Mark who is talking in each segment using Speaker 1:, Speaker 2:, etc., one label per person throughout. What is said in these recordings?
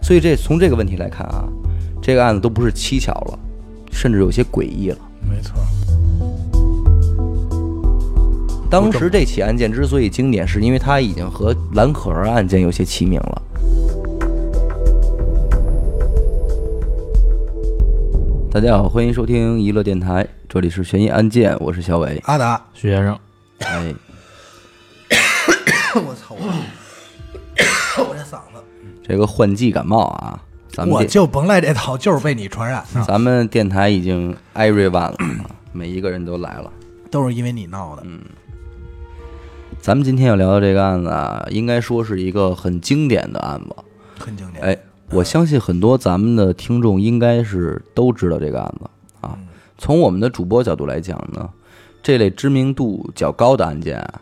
Speaker 1: 所以这从这个问题来看啊，这个案子都不是蹊跷了，甚至有些诡异了。
Speaker 2: 没错，
Speaker 1: 当时这起案件之所以经典，是因为它已经和蓝可儿案件有些齐名了。大家好，欢迎收听娱乐电台，这里是悬疑案件，我是小伟。
Speaker 2: 阿达，
Speaker 3: 徐先生，
Speaker 1: 哎，
Speaker 2: 我操我，我这嗓子，
Speaker 1: 这个换季感冒啊，咱们嗯
Speaker 2: 我
Speaker 1: 电
Speaker 2: 就甭来这套，就是被你传染的，
Speaker 1: 咱们电台已经 everyone 了啊，每一个人都来了。
Speaker 2: 都是因为你闹的。
Speaker 1: 嗯咱们今天要聊的这个案子啊，应该说是一个很经典的案子。
Speaker 2: 很经典。
Speaker 1: 哎，我相信很多咱们的听众应该是都知道这个案子啊。从我们的主播角度来讲呢，这类知名度较高的案件啊，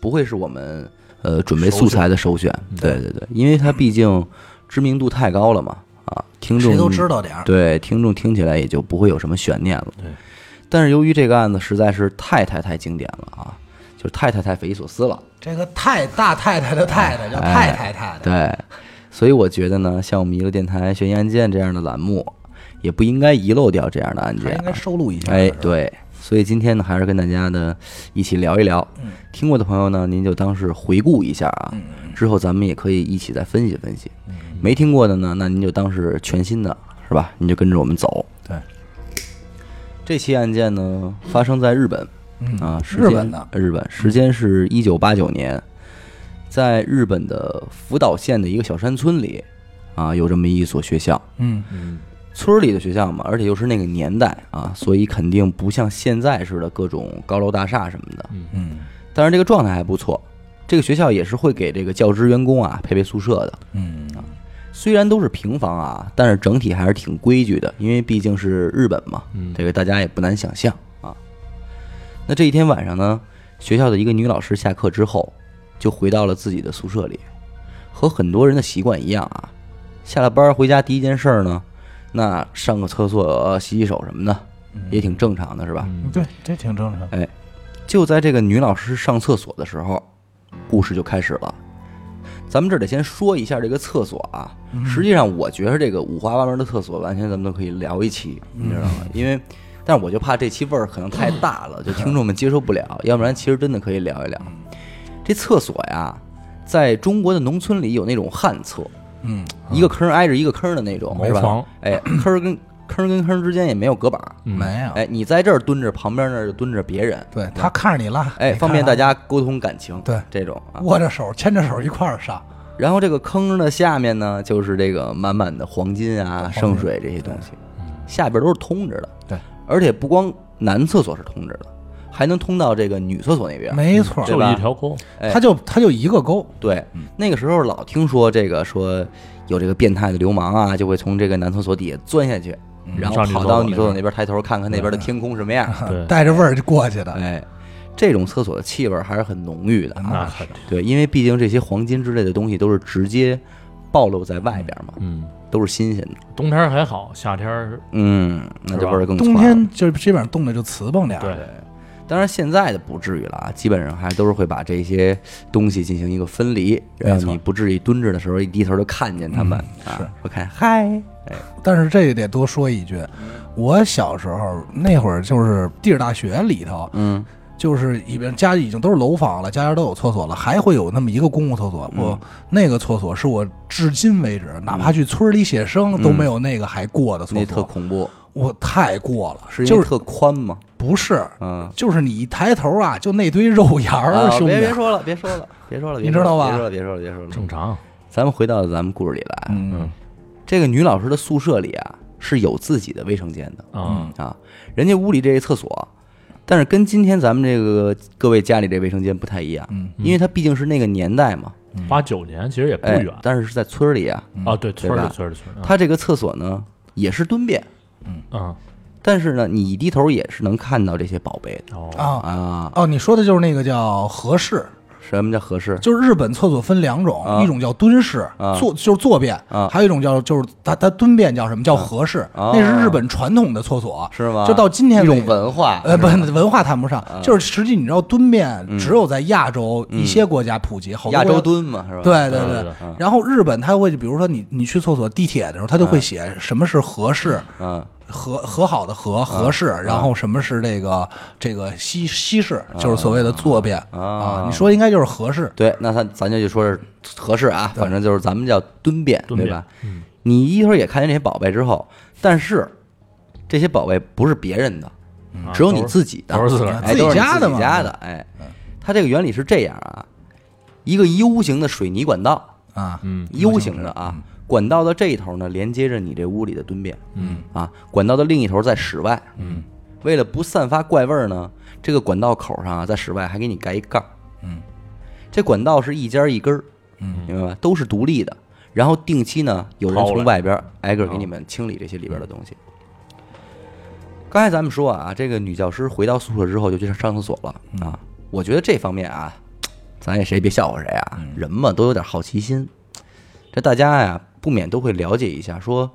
Speaker 1: 不会是我们呃准备素材的首选。对对对，因为它毕竟知名度太高了嘛啊，听众
Speaker 2: 谁都知道点儿，
Speaker 1: 对，听众听起来也就不会有什么悬念了。
Speaker 3: 对，
Speaker 1: 但是由于这个案子实在是太太太经典了啊，就是太太太匪夷所思了。
Speaker 2: 这个太大太太的太
Speaker 1: 哎
Speaker 2: 太叫太太太太，
Speaker 1: 对，所以我觉得呢，像我们娱乐电台悬疑案件这样的栏目，也不应该遗漏掉这样的案
Speaker 2: 还
Speaker 1: 件
Speaker 2: 应该
Speaker 1: 啊。
Speaker 2: 收录一下。
Speaker 1: 哎，
Speaker 2: 是吧，
Speaker 1: 对，所以今天呢，还是跟大家呢一起聊一聊。
Speaker 2: 嗯
Speaker 1: 听过的朋友呢，您就当是回顾一下啊，
Speaker 2: 嗯
Speaker 1: 之后咱们也可以一起再分析分析。没听过的呢，那您就当是全新的，是吧？您就跟着我们走。
Speaker 2: 对，
Speaker 1: 这起案件呢，发生在日本，
Speaker 2: 嗯
Speaker 1: 啊，时间
Speaker 2: 日本的
Speaker 1: 日本，时间是一九八九年，在日本的福岛县的一个小山村里，啊，有这么一所学校，
Speaker 2: 嗯，
Speaker 1: 村儿里的学校嘛，而且又是那个年代啊，所以肯定不像现在似的各种高楼大厦什么的，
Speaker 2: 嗯，
Speaker 1: 但是这个状态还不错。这个学校也是会给这个教职员工啊配备宿舍的，
Speaker 2: 嗯，
Speaker 1: 虽然都是平房啊，但是整体还是挺规矩的，因为毕竟是日本嘛，这个大家也不难想象啊。那这一天晚上呢，学校的一个女老师下课之后，就回到了自己的宿舍里，和很多人的习惯一样啊，下了班回家第一件事儿呢，那上个厕所、呃洗洗手什么的，也挺正常的，是吧？
Speaker 2: 对，这挺正常。
Speaker 1: 哎，就在这个女老师上厕所的时候，故事就开始了。咱们这儿得先说一下这个厕所啊，
Speaker 2: 嗯
Speaker 1: 实际上我觉得这个五花八门的厕所，完全咱们都可以聊一期，你知道
Speaker 2: 嗯
Speaker 1: 吗？因为，但是我就怕这期味儿可能太大了，就听众们接受不了。要不然，其实真的可以聊一聊
Speaker 2: 嗯
Speaker 1: 这厕所呀。在中国的农村里有那种旱厕，
Speaker 2: 嗯，
Speaker 1: 一个坑挨着一个坑的那种，
Speaker 3: 茅
Speaker 1: 是吧
Speaker 3: 房？
Speaker 1: 哎，坑儿跟坑儿跟坑儿之间也没有隔板儿，
Speaker 2: 没有。
Speaker 1: 哎，你在这儿蹲着，旁边那儿就蹲着别人，
Speaker 2: 对他看着你拉，
Speaker 1: 哎，
Speaker 2: 你看着
Speaker 1: 方便大
Speaker 2: 他
Speaker 1: 家沟通感情，
Speaker 2: 对
Speaker 1: 这种啊。
Speaker 2: 握着手牵着手一块儿上。
Speaker 1: 然后这个坑的下面呢，就是这个满满的黄金嗯啊、圣水这些东西，下边都是通着的，
Speaker 2: 对，
Speaker 1: 而且不光男厕所是通着的，还能通到这个女厕所那边。
Speaker 2: 没错，
Speaker 1: 对
Speaker 3: 就
Speaker 1: 吧
Speaker 3: 一条沟，
Speaker 1: 哎
Speaker 2: 他就他就一个勾，
Speaker 1: 对，那个时候老听说这个说有这个变态的流氓啊，就会从这个男厕所底下钻下去，然后
Speaker 3: 上女
Speaker 1: 跑
Speaker 3: 厕
Speaker 1: 到嗯
Speaker 3: 所
Speaker 1: 女厕
Speaker 3: 那
Speaker 1: 所
Speaker 3: 边
Speaker 1: 那边抬头看看那边的天空什么样。
Speaker 3: 对，
Speaker 2: 带着味儿就过去的。
Speaker 1: 哎，这种厕所的气味还是很浓郁的啊。
Speaker 3: 那可
Speaker 1: 对，因为毕竟这些黄金之类的东西都是直接暴露在外边嘛，
Speaker 3: 嗯，
Speaker 1: 都是新鲜的。
Speaker 3: 冬天还好，夏天儿
Speaker 1: 嗯，那就味儿更窜
Speaker 2: 冬
Speaker 1: 了
Speaker 2: 天就基本上冻的就瓷蹦点儿。
Speaker 3: 对，
Speaker 1: 当然现在的不至于了啊，基本上还都是会把这些东西进行一个分离，让你不至于蹲着的时候一低头就看见它们、
Speaker 2: 嗯是
Speaker 1: 啊，我看嗨，
Speaker 2: 但是这得多说一句，我小时候那会儿就是地质大学里头，
Speaker 1: 嗯
Speaker 2: 就是已经家已经都是楼房了，家家都有厕所了，还会有那么一个公共厕所。
Speaker 1: 嗯
Speaker 2: 我那个厕所是我至今为止，哪怕去村里写生都没有那个还过的
Speaker 1: 嗯那
Speaker 2: 厕
Speaker 1: 特
Speaker 2: 所，
Speaker 1: 恐怖，
Speaker 2: 我太过了，
Speaker 1: 是因
Speaker 2: 就
Speaker 1: 为
Speaker 2: 是
Speaker 1: 特宽嘛，
Speaker 2: 不是，
Speaker 1: 嗯。
Speaker 2: 就是你一抬头啊，就那堆肉芽
Speaker 1: 啊
Speaker 2: 儿，兄
Speaker 1: 别别
Speaker 2: 弟，
Speaker 1: 说了，别说了，别说了，
Speaker 2: 你知道吧
Speaker 1: 别说了，别说了，别说了。
Speaker 3: 正常，
Speaker 1: 咱们回到咱们故事里来，
Speaker 2: 嗯，
Speaker 1: 这个女老师的宿舍里啊是有自己的卫生间的，
Speaker 3: 啊，
Speaker 1: 啊，人家屋里这个厕所，但是跟今天咱们这个各位家里这卫生间不太一样，
Speaker 2: 嗯
Speaker 1: 因为它毕竟是那个年代嘛，
Speaker 3: 八九年其实也不
Speaker 1: 嗯哎
Speaker 3: 远，
Speaker 1: 但是是在村儿里啊，
Speaker 3: 啊，对，
Speaker 1: 对
Speaker 3: 村儿
Speaker 1: 吧
Speaker 3: 里村儿里村
Speaker 2: 嗯
Speaker 3: 儿里，
Speaker 1: 它这个厕所呢也是蹲便，
Speaker 3: 嗯，
Speaker 1: 但是呢，你一低头也是能看到这些宝贝的
Speaker 3: 哦，
Speaker 2: 啊
Speaker 1: 啊，
Speaker 2: 哦，你说的就是那个叫合适，
Speaker 1: 什么叫合适？
Speaker 2: 就是日本厕所分两种，
Speaker 1: 啊
Speaker 2: 一种叫蹲式，
Speaker 1: 啊
Speaker 2: 坐就是坐便，
Speaker 1: 啊
Speaker 2: 还有一种叫就是它它蹲便叫什么叫合适，
Speaker 1: 哦
Speaker 2: 那是日本传统的厕所，
Speaker 1: 是吗？
Speaker 2: 就到今天
Speaker 1: 一
Speaker 2: 为
Speaker 1: 种文化，啊
Speaker 2: 呃，不，文化谈不上，就是实际你知道蹲便只有在亚洲一些国家普及，好多
Speaker 1: 嗯亚
Speaker 2: 国
Speaker 1: 洲
Speaker 2: 家
Speaker 1: 蹲嘛，是吧？啊
Speaker 2: 对对
Speaker 3: 对对
Speaker 2: 对
Speaker 3: 对，
Speaker 2: 然后日本他会，比如说你你去厕所地铁的时候，他就会写什么是合适，
Speaker 1: 嗯，啊
Speaker 2: 和和好的和合适，然后什么是这个这个西西式，就是所谓的坐便啊。你说应该就是合适，
Speaker 1: 对，那咱咱就就说是合适啊，反正就是咱们叫蹲便，
Speaker 3: 蹲
Speaker 1: 对
Speaker 3: 便
Speaker 1: 吧？
Speaker 2: 嗯
Speaker 1: 你一会儿也看见这些宝贝之后，但是这些宝贝不是别人的，
Speaker 3: 啊
Speaker 1: 只有你
Speaker 3: 都是
Speaker 1: 自己的，
Speaker 3: 都是自个儿
Speaker 1: 哎，
Speaker 2: 嗯自己
Speaker 1: 都是你
Speaker 2: 家
Speaker 1: 自
Speaker 2: 的
Speaker 1: 己
Speaker 2: 嘛嗯
Speaker 1: 家的，哎，它这个原理是这样啊，一个 U 型的水泥管道
Speaker 2: 啊，
Speaker 1: ，U 型的啊，管道的这一头呢连接着你这屋里的蹲便，
Speaker 3: 嗯
Speaker 1: 啊，管道的另一头在室外，
Speaker 3: 嗯
Speaker 1: 为了不散发怪味儿呢，这个管道口上啊，在室外还给你盖一盖儿。
Speaker 2: 嗯，
Speaker 1: 这管道是一尖儿一根儿，嗯，明白吧？都是独立的。然后定期呢，有人
Speaker 3: 掏
Speaker 1: 从
Speaker 3: 来
Speaker 1: 外边挨个给你们清理这些里边的东西。刚才咱们说啊，这个女教师回到宿舍之后就去上厕所了啊。我觉得这方面啊，咱也谁别笑话谁啊，
Speaker 3: 嗯
Speaker 1: 人嘛都有点好奇心，这大家呀不免都会了解一下，说，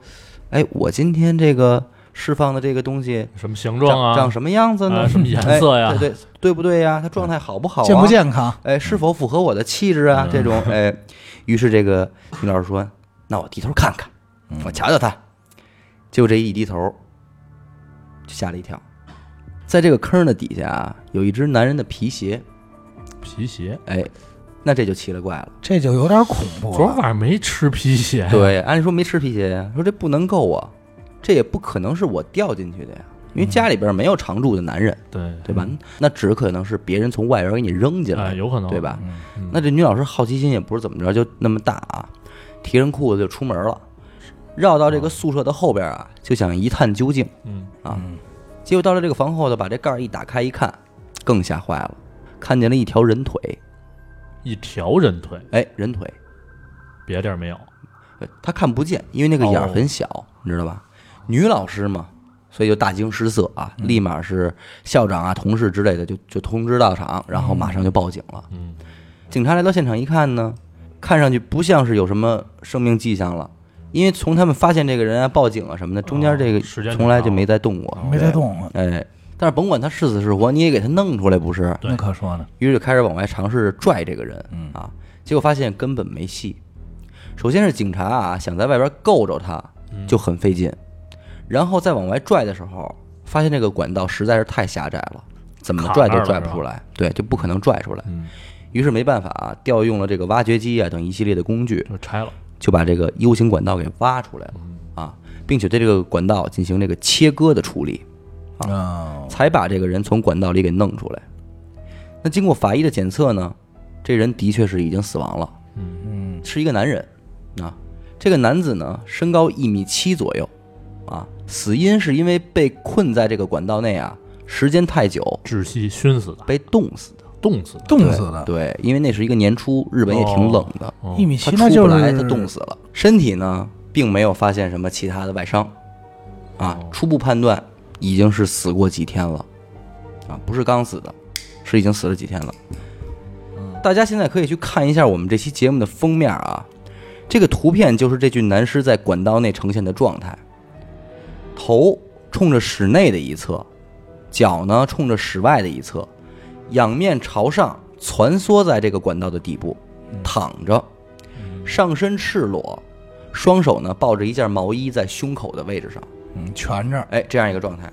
Speaker 1: 哎，我今天这个释放的这个东西
Speaker 3: 什么形
Speaker 1: 长
Speaker 3: 状啊，
Speaker 1: 长什么样子呢？
Speaker 3: 啊什么颜色呀
Speaker 1: 哎对对对不对呀？它状态好不好、啊？
Speaker 2: 健不？健康？
Speaker 1: 哎，是否符合我的气质
Speaker 3: 嗯
Speaker 1: 啊？这种哎，于是这个女老师说：“那我低头看看，
Speaker 3: 嗯
Speaker 1: 我瞧瞧它。”结果这一低头，就吓了一跳，在这个坑的底下啊，有一只男人的皮鞋。
Speaker 3: 皮鞋。
Speaker 1: 哎，那这就奇了怪了。
Speaker 2: 这就有点恐怖
Speaker 3: 昨儿
Speaker 2: 了。
Speaker 3: 晚上没吃皮鞋，
Speaker 1: 对，按理说没吃皮鞋呀，说这不能够啊，这也不可能是我掉进去的呀，因为
Speaker 3: 嗯
Speaker 1: 家里边没有常住的男人。
Speaker 3: 对
Speaker 1: 对吧？那只可能是别人从外边给你扔进来
Speaker 3: 嗯哎
Speaker 1: 的，
Speaker 3: 有可能
Speaker 1: 对吧？
Speaker 3: 嗯
Speaker 1: 那这女老师好奇心也不是怎么着就那么大啊，提着裤子就出门了，绕到这
Speaker 3: 哦
Speaker 1: 个宿舍的后边啊，就想一探究竟。
Speaker 3: 嗯
Speaker 1: 啊。结果到了这个房后头，把这盖儿一打开一看，更吓坏了，看见了一条人腿，
Speaker 3: 一条人腿，
Speaker 1: 哎，人腿，
Speaker 3: 别地儿没有。
Speaker 1: 呃他看不见，因为那个
Speaker 3: 哦
Speaker 1: 眼儿很小，你知道吧？女老师嘛，所以就大惊失色啊，
Speaker 3: 嗯
Speaker 1: 立马是校长啊、同事之类的就就通知到场，然后马上就报警了。
Speaker 3: 嗯，
Speaker 1: 警察来到现场一看呢，看上去不像是有什么生命迹象了，因为从他们发现这个人啊、报警啊什么的，中间这个
Speaker 3: 哦时间
Speaker 1: 从来就没再动过，
Speaker 2: 没在动啊，
Speaker 1: 哎，但是甭管他是死是活，你也给他弄出来不是？
Speaker 3: 对
Speaker 2: 那可说呢。嗯
Speaker 1: 于是就开始往外尝试拽这个人，
Speaker 3: 嗯
Speaker 1: 啊，结果发现根本没戏。首先是警察啊，想在外边够着他
Speaker 3: 嗯
Speaker 1: 就很费劲，然后再往外拽的时候，发现这个管道实在是太狭窄了，怎么
Speaker 3: 卡
Speaker 1: 拽
Speaker 3: 那
Speaker 1: 都
Speaker 3: 儿
Speaker 1: 拽
Speaker 3: 了
Speaker 1: 不
Speaker 3: 是
Speaker 1: 出来，对，就不可能拽出来。
Speaker 3: 嗯，
Speaker 1: 于是没办法啊，调用了这个挖掘机啊等一系列的工具，
Speaker 3: 就拆了。嗯
Speaker 1: 就把这个 U 型管道给挖出来了啊，并且对这个管道进行这个切割的处理，啊
Speaker 3: 哦
Speaker 2: 嗯，
Speaker 1: 才把这个人从管道里给弄出来。那经过法医的检测呢，这人的确是已经死亡了，嗯，是一个男人啊。这个男子呢，身高一米七左右，啊，死因是因为被困在这个管道内啊，时间太久
Speaker 3: 窒息熏死的，
Speaker 1: 被冻死的。
Speaker 3: 冻死的。
Speaker 2: 冻死的，
Speaker 1: 对，因为那是一个年初，日本也挺冷的，
Speaker 3: 哦
Speaker 2: 一米
Speaker 1: 他
Speaker 2: 七
Speaker 1: 出
Speaker 2: 那就
Speaker 1: 不来，他
Speaker 2: 是
Speaker 1: 冻死了。身体呢，并没有发现什么其他的外伤，啊，
Speaker 2: 哦
Speaker 1: 初步判断已经是死过几天了，啊，不是刚死的，是已经死了几天了。
Speaker 2: 嗯
Speaker 1: 大家现在可以去看一下我们这期节目的封面啊，这个图片就是这具男尸在管道内呈现的状态，头冲着室内的一侧，脚呢冲着室外的一侧，仰面朝上蜷缩在这个管道的底部，
Speaker 2: 嗯
Speaker 1: 躺着，上身赤裸，双手呢抱着一件毛衣在胸口的位置上，
Speaker 2: 嗯，蜷着，
Speaker 1: 哎，这样一个状态。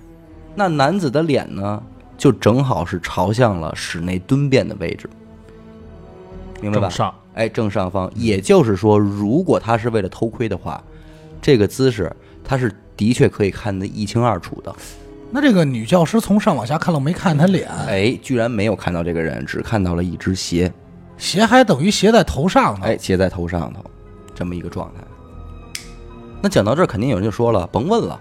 Speaker 1: 那男子的脸呢，就正好是朝向了室内蹲便的位置，明白吧
Speaker 3: 正？上，
Speaker 1: 哎，正上方，也就是说，如果他是为了偷窥的话，这个姿势他是的确可以看得一清二楚的。
Speaker 3: 哎
Speaker 2: 那这个女教师从上往下看了没看她脸，
Speaker 1: 哎，居然没有看到这个人，只看到了一只鞋。
Speaker 2: 鞋还等于鞋在头上呢。
Speaker 1: 哎，斜在头上头，这么一个状态。那讲到这儿，肯定有人就说了，甭问了，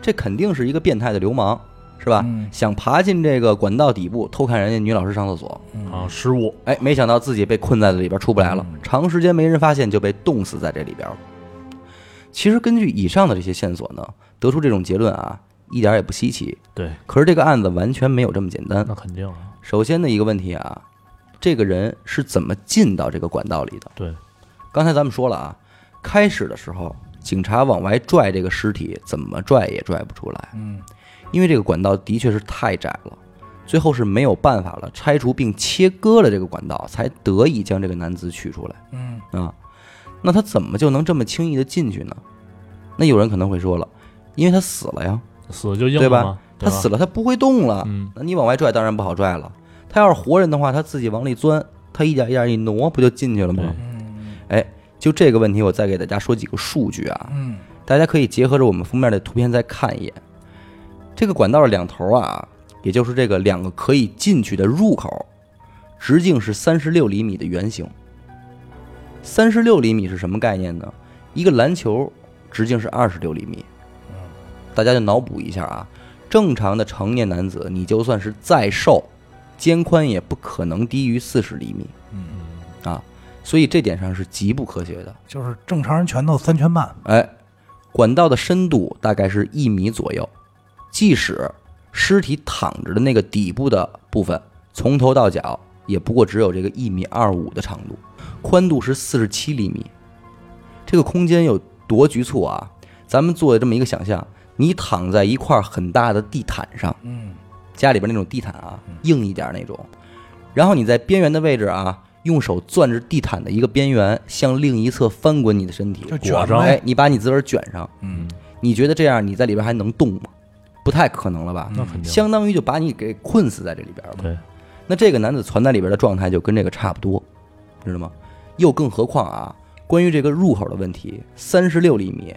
Speaker 1: 这肯定是一个变态的流氓，是吧？
Speaker 2: 嗯
Speaker 1: 想爬进这个管道底部偷看人家女老师上厕所，
Speaker 3: 啊，失误，
Speaker 1: 哎，没想到自己被困在了里边出不来了，长时间没人发现就被冻死在这里边了。其实根据以上的这些线索呢，得出这种结论啊，一点儿也不
Speaker 3: 哦啊
Speaker 1: 稀啊这个人是怎么进到这个管道里的。
Speaker 3: 对，
Speaker 1: 刚才咱们说了啊，开始的时候警察往外拽这个尸体，怎么拽也拽不出来，
Speaker 2: 嗯，
Speaker 1: 因为这个管道的确是太窄了。最后是没有办法了，拆除并切割了这个管道，才得以将这个男子取出来。
Speaker 2: 嗯
Speaker 1: 啊，那他怎么就能这么轻易的进去呢？那有人可能会说了，因为他死了呀，
Speaker 3: 死就硬
Speaker 1: 对
Speaker 3: 了
Speaker 1: 吧
Speaker 3: 嘛，
Speaker 1: 他死了，他不会动了，
Speaker 3: 嗯，
Speaker 1: 那你往外拽当然不好拽了。他要是活人的话，他自己往里钻，他一点一点一挪，不就进去了吗？哎
Speaker 2: 嗯
Speaker 1: 就这个问题，我再给大家说几个数据啊，
Speaker 2: 嗯
Speaker 1: 大家可以结合着我们封面的图片再看一眼。这个管道的两头啊，也就是这个两个可以进去的入口，直径是三十六厘米的圆形。三十六厘米是什么概念呢？一个篮球直径是二十六厘米。大家就脑补一下啊，正常的成年男子，你就算是再瘦，肩宽也不可能低于四十厘米
Speaker 2: 嗯，
Speaker 1: 啊，所以这点上是极不科学的。
Speaker 2: 就是正常人拳头三拳半，
Speaker 1: 哎，管道的深度大概是一米左右。即使尸体躺着的那个底部的部分，从头到脚也不过只有这个一米二五的长度，宽度是四十七厘米。这个空间有多局促啊？咱们做这么一个想象，你躺在一块很大的地毯上，
Speaker 2: 嗯
Speaker 1: 家里边那种地毯啊，硬一点那种，然后你在边缘的位置啊，用手攥着地毯的一个边缘，向另一侧翻滚你的身体，
Speaker 2: 就卷
Speaker 1: 裹
Speaker 2: 呗
Speaker 1: 哎，你把你自个儿卷上，
Speaker 2: 嗯，
Speaker 1: 你觉得这样你在里边还能动吗？不太可能了
Speaker 2: 嗯
Speaker 1: 吧？
Speaker 3: 那肯定啊
Speaker 1: 相当于就把你给困死在这里边了。
Speaker 3: 对，
Speaker 1: 那这个男子传在里边的状态就跟这个差不多，知道吗？又更何况啊，关于这个入口的问题，三十六厘米，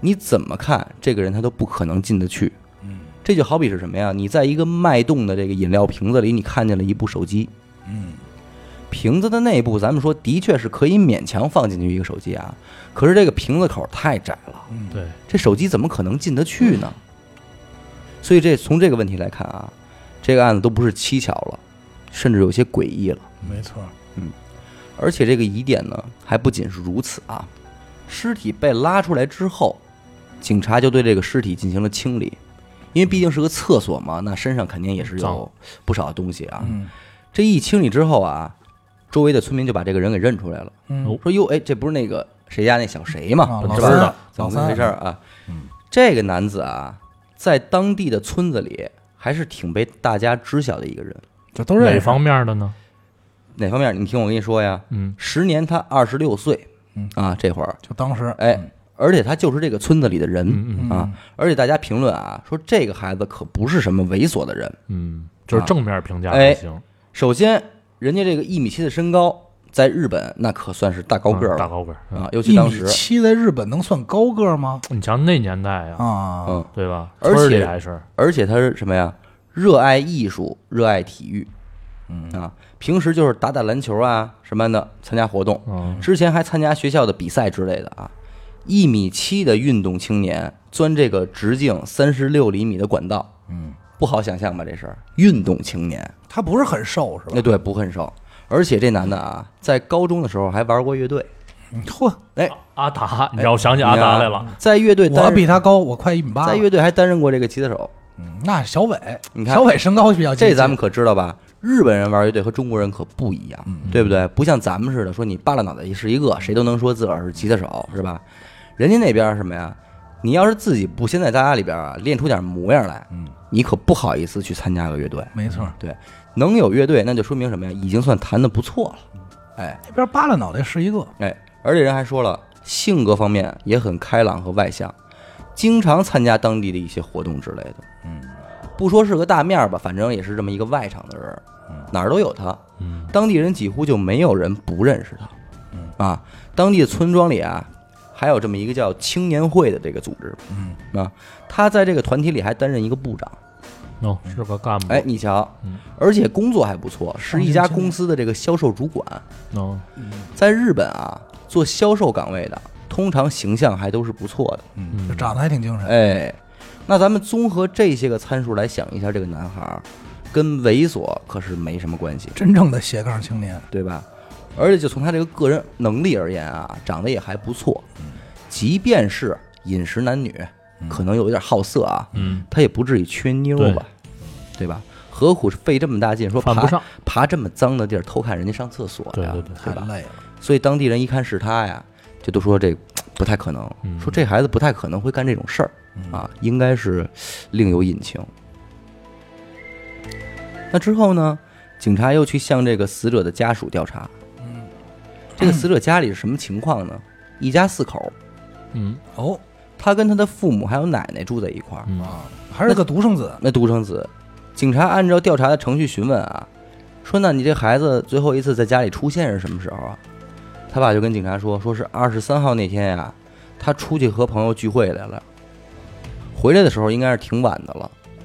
Speaker 1: 你怎么看这个人他都不可能进得去。
Speaker 2: 嗯，
Speaker 1: 这就好比是什么呀？你在一个脉动的这个饮料瓶子里，你看见了一部手机。
Speaker 2: 嗯，
Speaker 1: 瓶子的内部，咱们说的确是可以勉强放进去一个手机啊，可是这个瓶子口太窄了。
Speaker 2: 嗯，
Speaker 3: 对，
Speaker 1: 这手机怎么可能进得去呢？所以这从这个问题来看啊，这个案子都不是蹊跷了，甚至有些诡异了。
Speaker 2: 没错，
Speaker 1: 而且这个疑点呢，还不仅是如此啊，尸体被拉出来之后，警察就对这个尸体进行了清理，因为毕竟是个厕所嘛，那身上肯定也是
Speaker 3: 脏
Speaker 1: 有不少东西啊。
Speaker 2: 嗯
Speaker 1: 这一清理之后啊，周围的村民就把这个人给认出来了，
Speaker 2: 嗯，
Speaker 1: 说：“哟，哎，这不是那个谁家那小谁吗？
Speaker 2: 啊
Speaker 1: 这
Speaker 2: 老
Speaker 1: 不是
Speaker 2: 三，
Speaker 1: 怎
Speaker 2: 老
Speaker 1: 么回
Speaker 2: 三嗯
Speaker 1: 事儿啊？这个男子啊，在当地的村子里还是挺被大家知晓的一个人。
Speaker 2: 就都认
Speaker 3: 哪
Speaker 2: 识
Speaker 3: 方面的呢？
Speaker 1: 哪方面？你听我跟你说呀，
Speaker 3: 嗯，
Speaker 1: 时年他二十六岁
Speaker 2: 嗯，
Speaker 1: 啊，这会儿，
Speaker 2: 就当时
Speaker 1: 哎，而且他就是这个村子里的人
Speaker 3: 嗯嗯
Speaker 1: 啊，而且大家评论啊，说这个孩子可不是什么猥琐的人。
Speaker 3: 嗯，就是正面评价
Speaker 1: 啊哎
Speaker 3: 还行，
Speaker 1: 首先，人家这个一米七的身高，在日本那可算是大高个
Speaker 3: 嗯
Speaker 1: 儿
Speaker 3: 大
Speaker 1: 了
Speaker 3: 高个儿。嗯
Speaker 1: 啊，尤其
Speaker 2: 一
Speaker 1: 当
Speaker 2: 米
Speaker 1: 时，
Speaker 2: 七在日本能算高个儿吗？
Speaker 3: 你瞧那年代呀，
Speaker 2: 啊，
Speaker 1: 嗯，
Speaker 3: 对吧？
Speaker 1: 而
Speaker 3: 村儿
Speaker 1: 且
Speaker 3: 里还是
Speaker 1: 而且他是什么呀？热爱艺术，热爱体育，嗯啊，平时就是打打篮球啊什么的，参加活动，
Speaker 3: 嗯，
Speaker 1: 之前还参加学校的比赛之类的啊。一米七的运动青年钻这个直径三十六厘米的管道，
Speaker 2: 嗯，
Speaker 1: 不好想象吧？这是运动青年，哎
Speaker 2: 他不是很瘦是吧
Speaker 1: 那？对不很瘦，而且这男的啊，在高中的时候还玩过乐队，
Speaker 2: 嚯，
Speaker 1: 哎，啊
Speaker 3: 阿达，你让我想起阿达来了，
Speaker 1: 在乐队
Speaker 2: 我
Speaker 1: 担
Speaker 2: 比他高，我快一米八
Speaker 1: 在
Speaker 2: 了。
Speaker 1: 乐队还担任过这个吉他手，
Speaker 2: 嗯那小伟，
Speaker 1: 你看
Speaker 2: 小伟身高比较接
Speaker 1: 这
Speaker 2: 近
Speaker 1: 咱们可知道吧？日本人玩乐队和中国人可不一样，对不对？不像咱们似的，说你扒拉脑袋一是一个，谁都能说自个儿是吉他手，是吧？人家那边儿什么呀？你要是自己不先在大家里边儿啊练出点模样来，
Speaker 2: 嗯，
Speaker 1: 你可不好意思去参加个乐队。
Speaker 2: 没错，
Speaker 1: 对，能有乐队，那就说明什么呀？已经算弹的不错了。哎
Speaker 2: 那边扒拉脑袋是一个，
Speaker 1: 哎，而且人还说了，性格方面也很开朗和外向，经常参加当地的一些活动之类的。
Speaker 2: 嗯，
Speaker 1: 不说是个大面儿吧，反正也是这么一个外场的人儿，哪儿都有他。
Speaker 3: 嗯，
Speaker 1: 当地人几乎就没有人不认识他。啊，当地的村庄里啊，还有这么一个叫青年会的这个组织。嗯，啊，他在这个团体里还担任一个部长。
Speaker 3: 喏，是个干部，
Speaker 1: 哎，你瞧
Speaker 3: 嗯，
Speaker 1: 而且工作还不错，是一家公司的这个销售主管。
Speaker 3: 喏，
Speaker 1: 在日本啊，做销售岗位的通常形象还都是不错的。
Speaker 2: 嗯，就长得还挺精神，
Speaker 1: 哎，那咱们综合这些个参数来想一下，这个男孩儿跟猥琐可是没什么关系。
Speaker 2: 真正的斜杠青年。
Speaker 1: 对吧？而且就从他这个个人能力而言啊，长得也还不错，即便是饮食男女，可能有一点好色啊，
Speaker 3: 嗯，
Speaker 1: 他也不至于缺妞吧，对吧？何苦费这么大劲说
Speaker 3: 犯
Speaker 1: 爬
Speaker 3: 不上，
Speaker 1: 爬这么脏的地儿偷看人家上厕所呀？
Speaker 3: 对对对
Speaker 2: 太
Speaker 1: 吧？
Speaker 2: 累了，
Speaker 1: 所以当地人一看是他呀，就都说这不太可能，
Speaker 3: 嗯
Speaker 1: 说这孩子不太可能会干这种事儿啊，应该是另有隐情。那之后呢，警察又去向这个死者的家属调查，
Speaker 2: 嗯，
Speaker 1: 这个死者家里是什么情况呢？一家四口，
Speaker 3: 嗯
Speaker 2: 哦
Speaker 1: 他跟他的父母还有奶奶住在一块儿。
Speaker 3: 嗯，
Speaker 2: 啊，还是个独生子，
Speaker 1: 那独生子，警察按照调查的程序询问啊，说那你这孩子最后一次在家里出现是什么时候啊？他爸就跟警察说，说是二十三号那天呀、他出去和朋友聚会来了，回来的时候应该是挺晚的了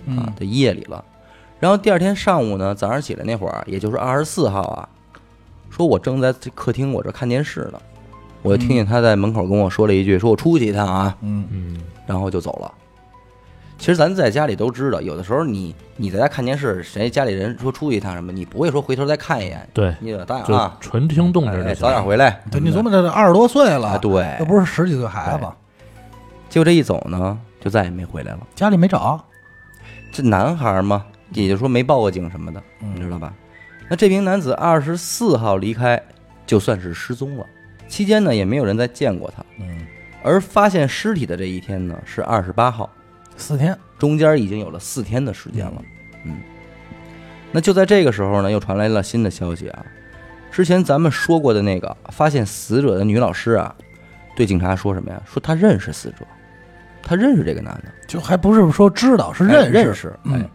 Speaker 1: 啊
Speaker 2: 嗯，，
Speaker 1: 得夜里了。然后第二天上午呢，早上起来那会儿，也就是二十四号啊，说我正在这客厅我这看电视呢，我就听见他在门口跟我说了一句，说我出去一趟啊，
Speaker 2: 嗯
Speaker 3: 嗯，
Speaker 1: 然后就走了。其实咱在家里都知道，有的时候你你在家看电视，谁家里人说出去一趟什么，你不会说回头再看一眼，
Speaker 3: 对，
Speaker 1: 你得答应
Speaker 3: 就
Speaker 1: 啊，
Speaker 3: 纯听动
Speaker 1: 哎
Speaker 3: 静就
Speaker 1: 早点
Speaker 3: 行。
Speaker 1: 回来。
Speaker 2: 对，你琢磨这二十多岁
Speaker 1: 啊，
Speaker 2: 了，
Speaker 1: 对
Speaker 2: 又，不是十几岁孩子，
Speaker 1: 就这一走呢，就再也没回来了。
Speaker 2: 家里没找，
Speaker 1: 这男孩嘛，也就是说没报过警什么的，
Speaker 3: 嗯
Speaker 1: 你知道吧？那这名男子二十四号离开，就算是失踪了。期间呢，也没有人再见过他。
Speaker 2: 嗯，
Speaker 1: 而发现尸体的这一天呢，是二十八号，
Speaker 2: 四天，
Speaker 1: 中间已经有了四天的时间了。嗯，那就在这个时候呢，又传来了新的消息啊。之前咱们说过的那个发现死者的女老师啊，对警察说什么呀？说她认识死者，她认识这个男的，
Speaker 2: 就还不是说知道，是认
Speaker 1: 哎
Speaker 2: 识，
Speaker 1: 认识，
Speaker 2: 嗯
Speaker 1: 哎，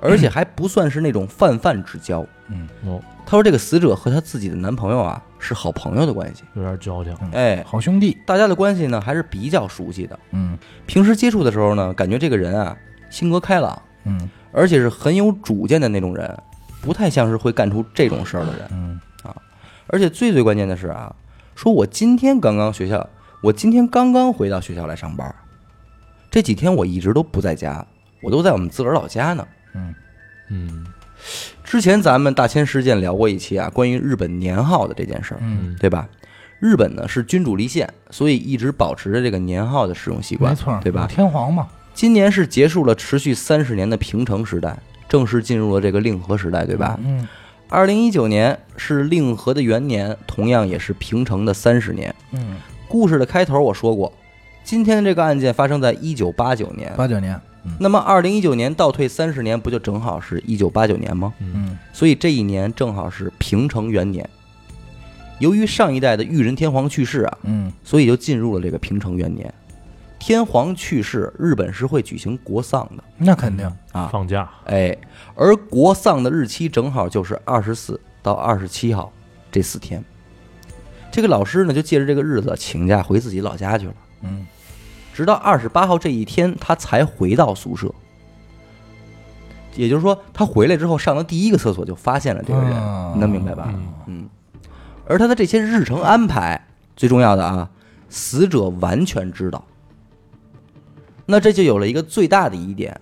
Speaker 1: 而且还不算是那种泛泛之交。
Speaker 2: 嗯，
Speaker 3: 哦，
Speaker 1: 她说这个死者和她自己的男朋友啊是好朋友的关系，
Speaker 3: 有点矫情。
Speaker 1: 哎，
Speaker 2: 好兄弟，
Speaker 1: 大家的关系呢还是比较熟悉的。
Speaker 2: 嗯
Speaker 1: 平时接触的时候呢，感觉这个人啊性格开朗，
Speaker 2: 嗯
Speaker 1: 而且是很有主见的那种人，不太像是会干出这种事儿的人。啊
Speaker 2: 嗯
Speaker 1: 而且最最关键的是啊，说我今天刚刚学校，我今天刚刚回到学校来上班儿，这几天我一直都不在家，我都在我们自个儿老家呢。
Speaker 2: 嗯，
Speaker 3: 嗯
Speaker 1: 之前咱们大千世界聊过一期啊，关于日本年号的这件事儿，
Speaker 2: 嗯，
Speaker 1: 对吧？日本呢是君主立宪，所以一直保持着这个年号的使用习
Speaker 2: 没
Speaker 1: 惯，
Speaker 2: 错，
Speaker 1: 对吧？
Speaker 2: 天皇嘛，
Speaker 1: 今年是结束了持续三十年的平成时代，正式进入了这个令和时代，对吧？
Speaker 2: 嗯
Speaker 1: 二零一九年是令和的元年，同样也是平成的三十年。
Speaker 2: 嗯，
Speaker 1: 故事的开头我说过，今天的这个案件发生在一九八九年，
Speaker 2: 八九年，嗯
Speaker 1: 那么二零一九年倒退三十年，不就正好是一九八九年吗？
Speaker 3: 嗯
Speaker 2: 嗯
Speaker 1: 所以这一年正好是平成元年。由于上一代的裕仁天皇去世啊，
Speaker 2: 嗯
Speaker 1: 所以就进入了这个平成元年。天皇去世，日本是会举行国丧的
Speaker 2: 那肯定，
Speaker 1: 啊，
Speaker 3: 放假，
Speaker 1: 哎，而国丧的日期正好就是二十四到二十七号这四天。这个老师呢，就借着这个日子请假回自己老家去了，
Speaker 2: 嗯
Speaker 1: 直到二十八号这一天，他才回到宿舍。也就是说，他回来之后上的第一个厕所就发现了这个人，
Speaker 2: 啊
Speaker 1: 你能明白吧？
Speaker 3: 嗯
Speaker 1: 嗯。而他的这些日程安排，最重要的啊，死者完全知道。那这就有了一个最大的疑点，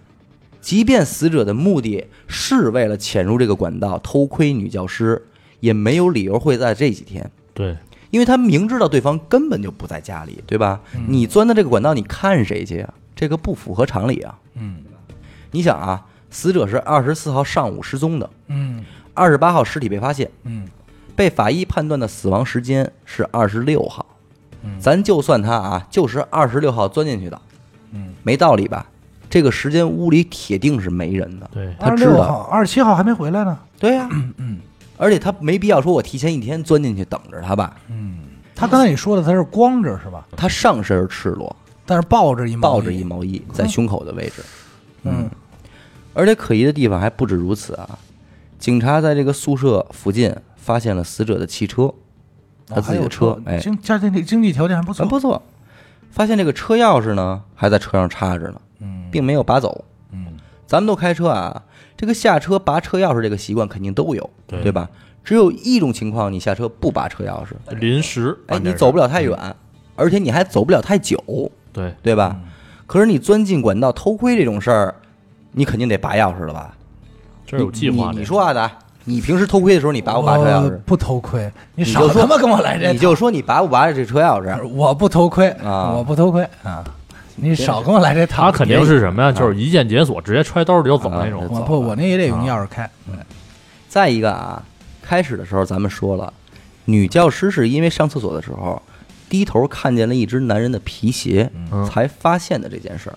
Speaker 1: 即便死者的目的是为了潜入这个管道偷窥女教师，也没有理由会在这几天，
Speaker 3: 对，
Speaker 1: 因为他明知道对方根本就不在家里，对吧？你钻到这个管道，你看谁去啊？这个不符合常理啊！
Speaker 2: 嗯
Speaker 1: 你想啊，死者是二十四号上午失踪的，
Speaker 2: 嗯
Speaker 1: 二十八号尸体被发现，
Speaker 2: 嗯
Speaker 1: 被法医判断的死亡时间是二十六号。咱就算他啊，就是二十六号钻进去的，
Speaker 2: 嗯，
Speaker 1: 没道理吧？这个时间屋里铁定是没人的。
Speaker 3: 对，
Speaker 1: 他
Speaker 2: 二
Speaker 1: 知
Speaker 2: 十
Speaker 1: 道
Speaker 2: 六号、二十七号还没回来呢，
Speaker 1: 对呀、嗯而且他没必要说我提前一天钻进去等着他
Speaker 2: 嗯
Speaker 1: 吧？
Speaker 2: 他刚才你说的他是光着是吧？
Speaker 1: 他上身赤裸，
Speaker 2: 但是抱着一毛，
Speaker 1: 抱着一，毛衣在胸口的位置，
Speaker 2: 嗯
Speaker 1: 而且可疑的地方还不止如此啊！警察在这个宿舍附近发现了死者的汽车，他自己的
Speaker 2: 车，
Speaker 1: 哎，
Speaker 2: 哦
Speaker 1: 嗯
Speaker 2: 经家庭经济条件还不错
Speaker 1: 很，不错。发现这个车钥匙呢还在车上插着呢，
Speaker 2: 嗯
Speaker 1: 并没有拔走。
Speaker 2: 嗯
Speaker 1: 咱们都开车啊，这个下车拔车钥匙这个习惯肯定都有，
Speaker 3: 对
Speaker 1: 对吧？只有一种情况，你下车不拔车钥匙，
Speaker 3: 临时
Speaker 1: 哎，
Speaker 3: 办
Speaker 1: 你
Speaker 3: 这事儿，
Speaker 1: 走不了太远，而且你还走不了太久，
Speaker 3: 嗯对，
Speaker 1: 对吧？可是你钻进管道偷窥这种事儿，你肯定得拔钥匙了吧？
Speaker 3: 这有计
Speaker 1: 你你
Speaker 3: 划的。哦
Speaker 1: 你说阿达，你平时偷窥的时候你拔不拔车钥
Speaker 2: 我
Speaker 1: 匙？
Speaker 2: 呃不偷窥，你
Speaker 1: 你
Speaker 2: 少
Speaker 1: 就说
Speaker 3: 哎
Speaker 2: 他妈跟我来这
Speaker 1: 你就说你拔不拔这车钥匙？
Speaker 2: 我不偷窥
Speaker 1: 啊
Speaker 2: 我不偷窥啊！你少跟我来这套。
Speaker 3: 他肯定是什么呀？就是一键解锁，直接揣兜里就走那
Speaker 1: 啊
Speaker 3: 种。
Speaker 2: 我不，我那也得用钥匙开。
Speaker 1: 再一个啊，开始的时候咱们说了，女教师是因为上厕所的时候低头看见了一只男人的皮鞋，
Speaker 3: 嗯，
Speaker 1: 才发现的这件事儿。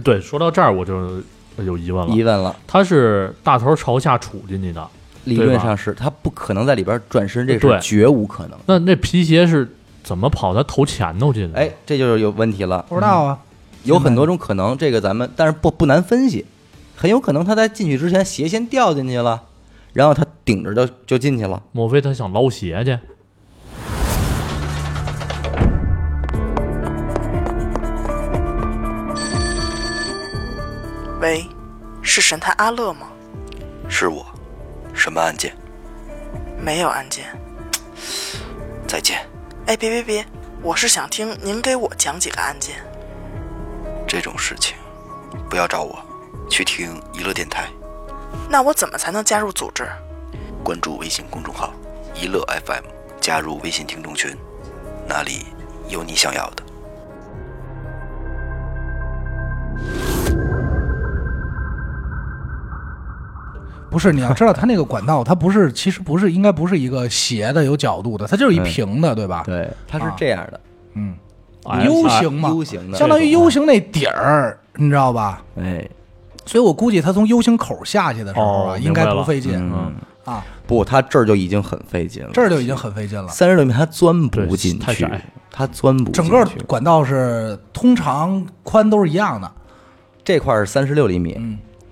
Speaker 3: 对，说到这儿我就有疑问
Speaker 1: 疑
Speaker 3: 了，
Speaker 1: 问了，
Speaker 3: 他是大头朝下杵进去的，
Speaker 1: 理论上是他不可能在里边转身，这事
Speaker 3: 对
Speaker 1: 儿绝无可能。
Speaker 3: 那那皮鞋是怎么跑他头前头去的？
Speaker 1: 哎，，这就是有问题了，
Speaker 2: 不知道啊，
Speaker 1: 有很多种可能，这个咱们但是不不难分析，很有可能他在进去之前鞋先掉进去了，然后他顶着就就进去了。
Speaker 3: 莫非他想捞鞋去？
Speaker 4: 喂，是神探阿乐吗？
Speaker 1: 是我，什么案件？
Speaker 4: 没有案件。
Speaker 1: 再见，
Speaker 4: 哎，别别别，我是想听您给我讲几个案件。
Speaker 1: 这种事情不要找我，去听娱乐电台，
Speaker 4: 那我怎么才能加入组织？
Speaker 1: 关注微信公众号“娱乐 FM”，加入微信听众群，那里有你想要的。
Speaker 2: 不是你要知道，它那个管道，它不是，其实不是，应该不是一个斜的有角度的，它就是一
Speaker 1: 嗯
Speaker 2: 平的，对吧？
Speaker 1: 对，它是这样的、
Speaker 2: 嗯
Speaker 3: 哎
Speaker 2: ，U 型嘛
Speaker 1: u 型的，啊
Speaker 2: 相当于 U 型那底儿，你知道吧？
Speaker 1: 哎，
Speaker 2: 所以我估计他从 U 型口下去的时候啊，
Speaker 3: 哦
Speaker 2: 应该
Speaker 3: 明白
Speaker 2: 不
Speaker 3: 了
Speaker 2: 费劲、
Speaker 1: 嗯，
Speaker 2: 啊，
Speaker 1: 不，它这儿就已经很费劲了，
Speaker 2: 这儿就已经很费劲了。
Speaker 1: 三十六米，它钻不
Speaker 3: 对
Speaker 1: 进
Speaker 3: 太
Speaker 1: 去
Speaker 3: 窄，
Speaker 1: 它钻不进去。
Speaker 2: 整个管道是通常宽都是一样的，
Speaker 1: 这块是三十六厘米，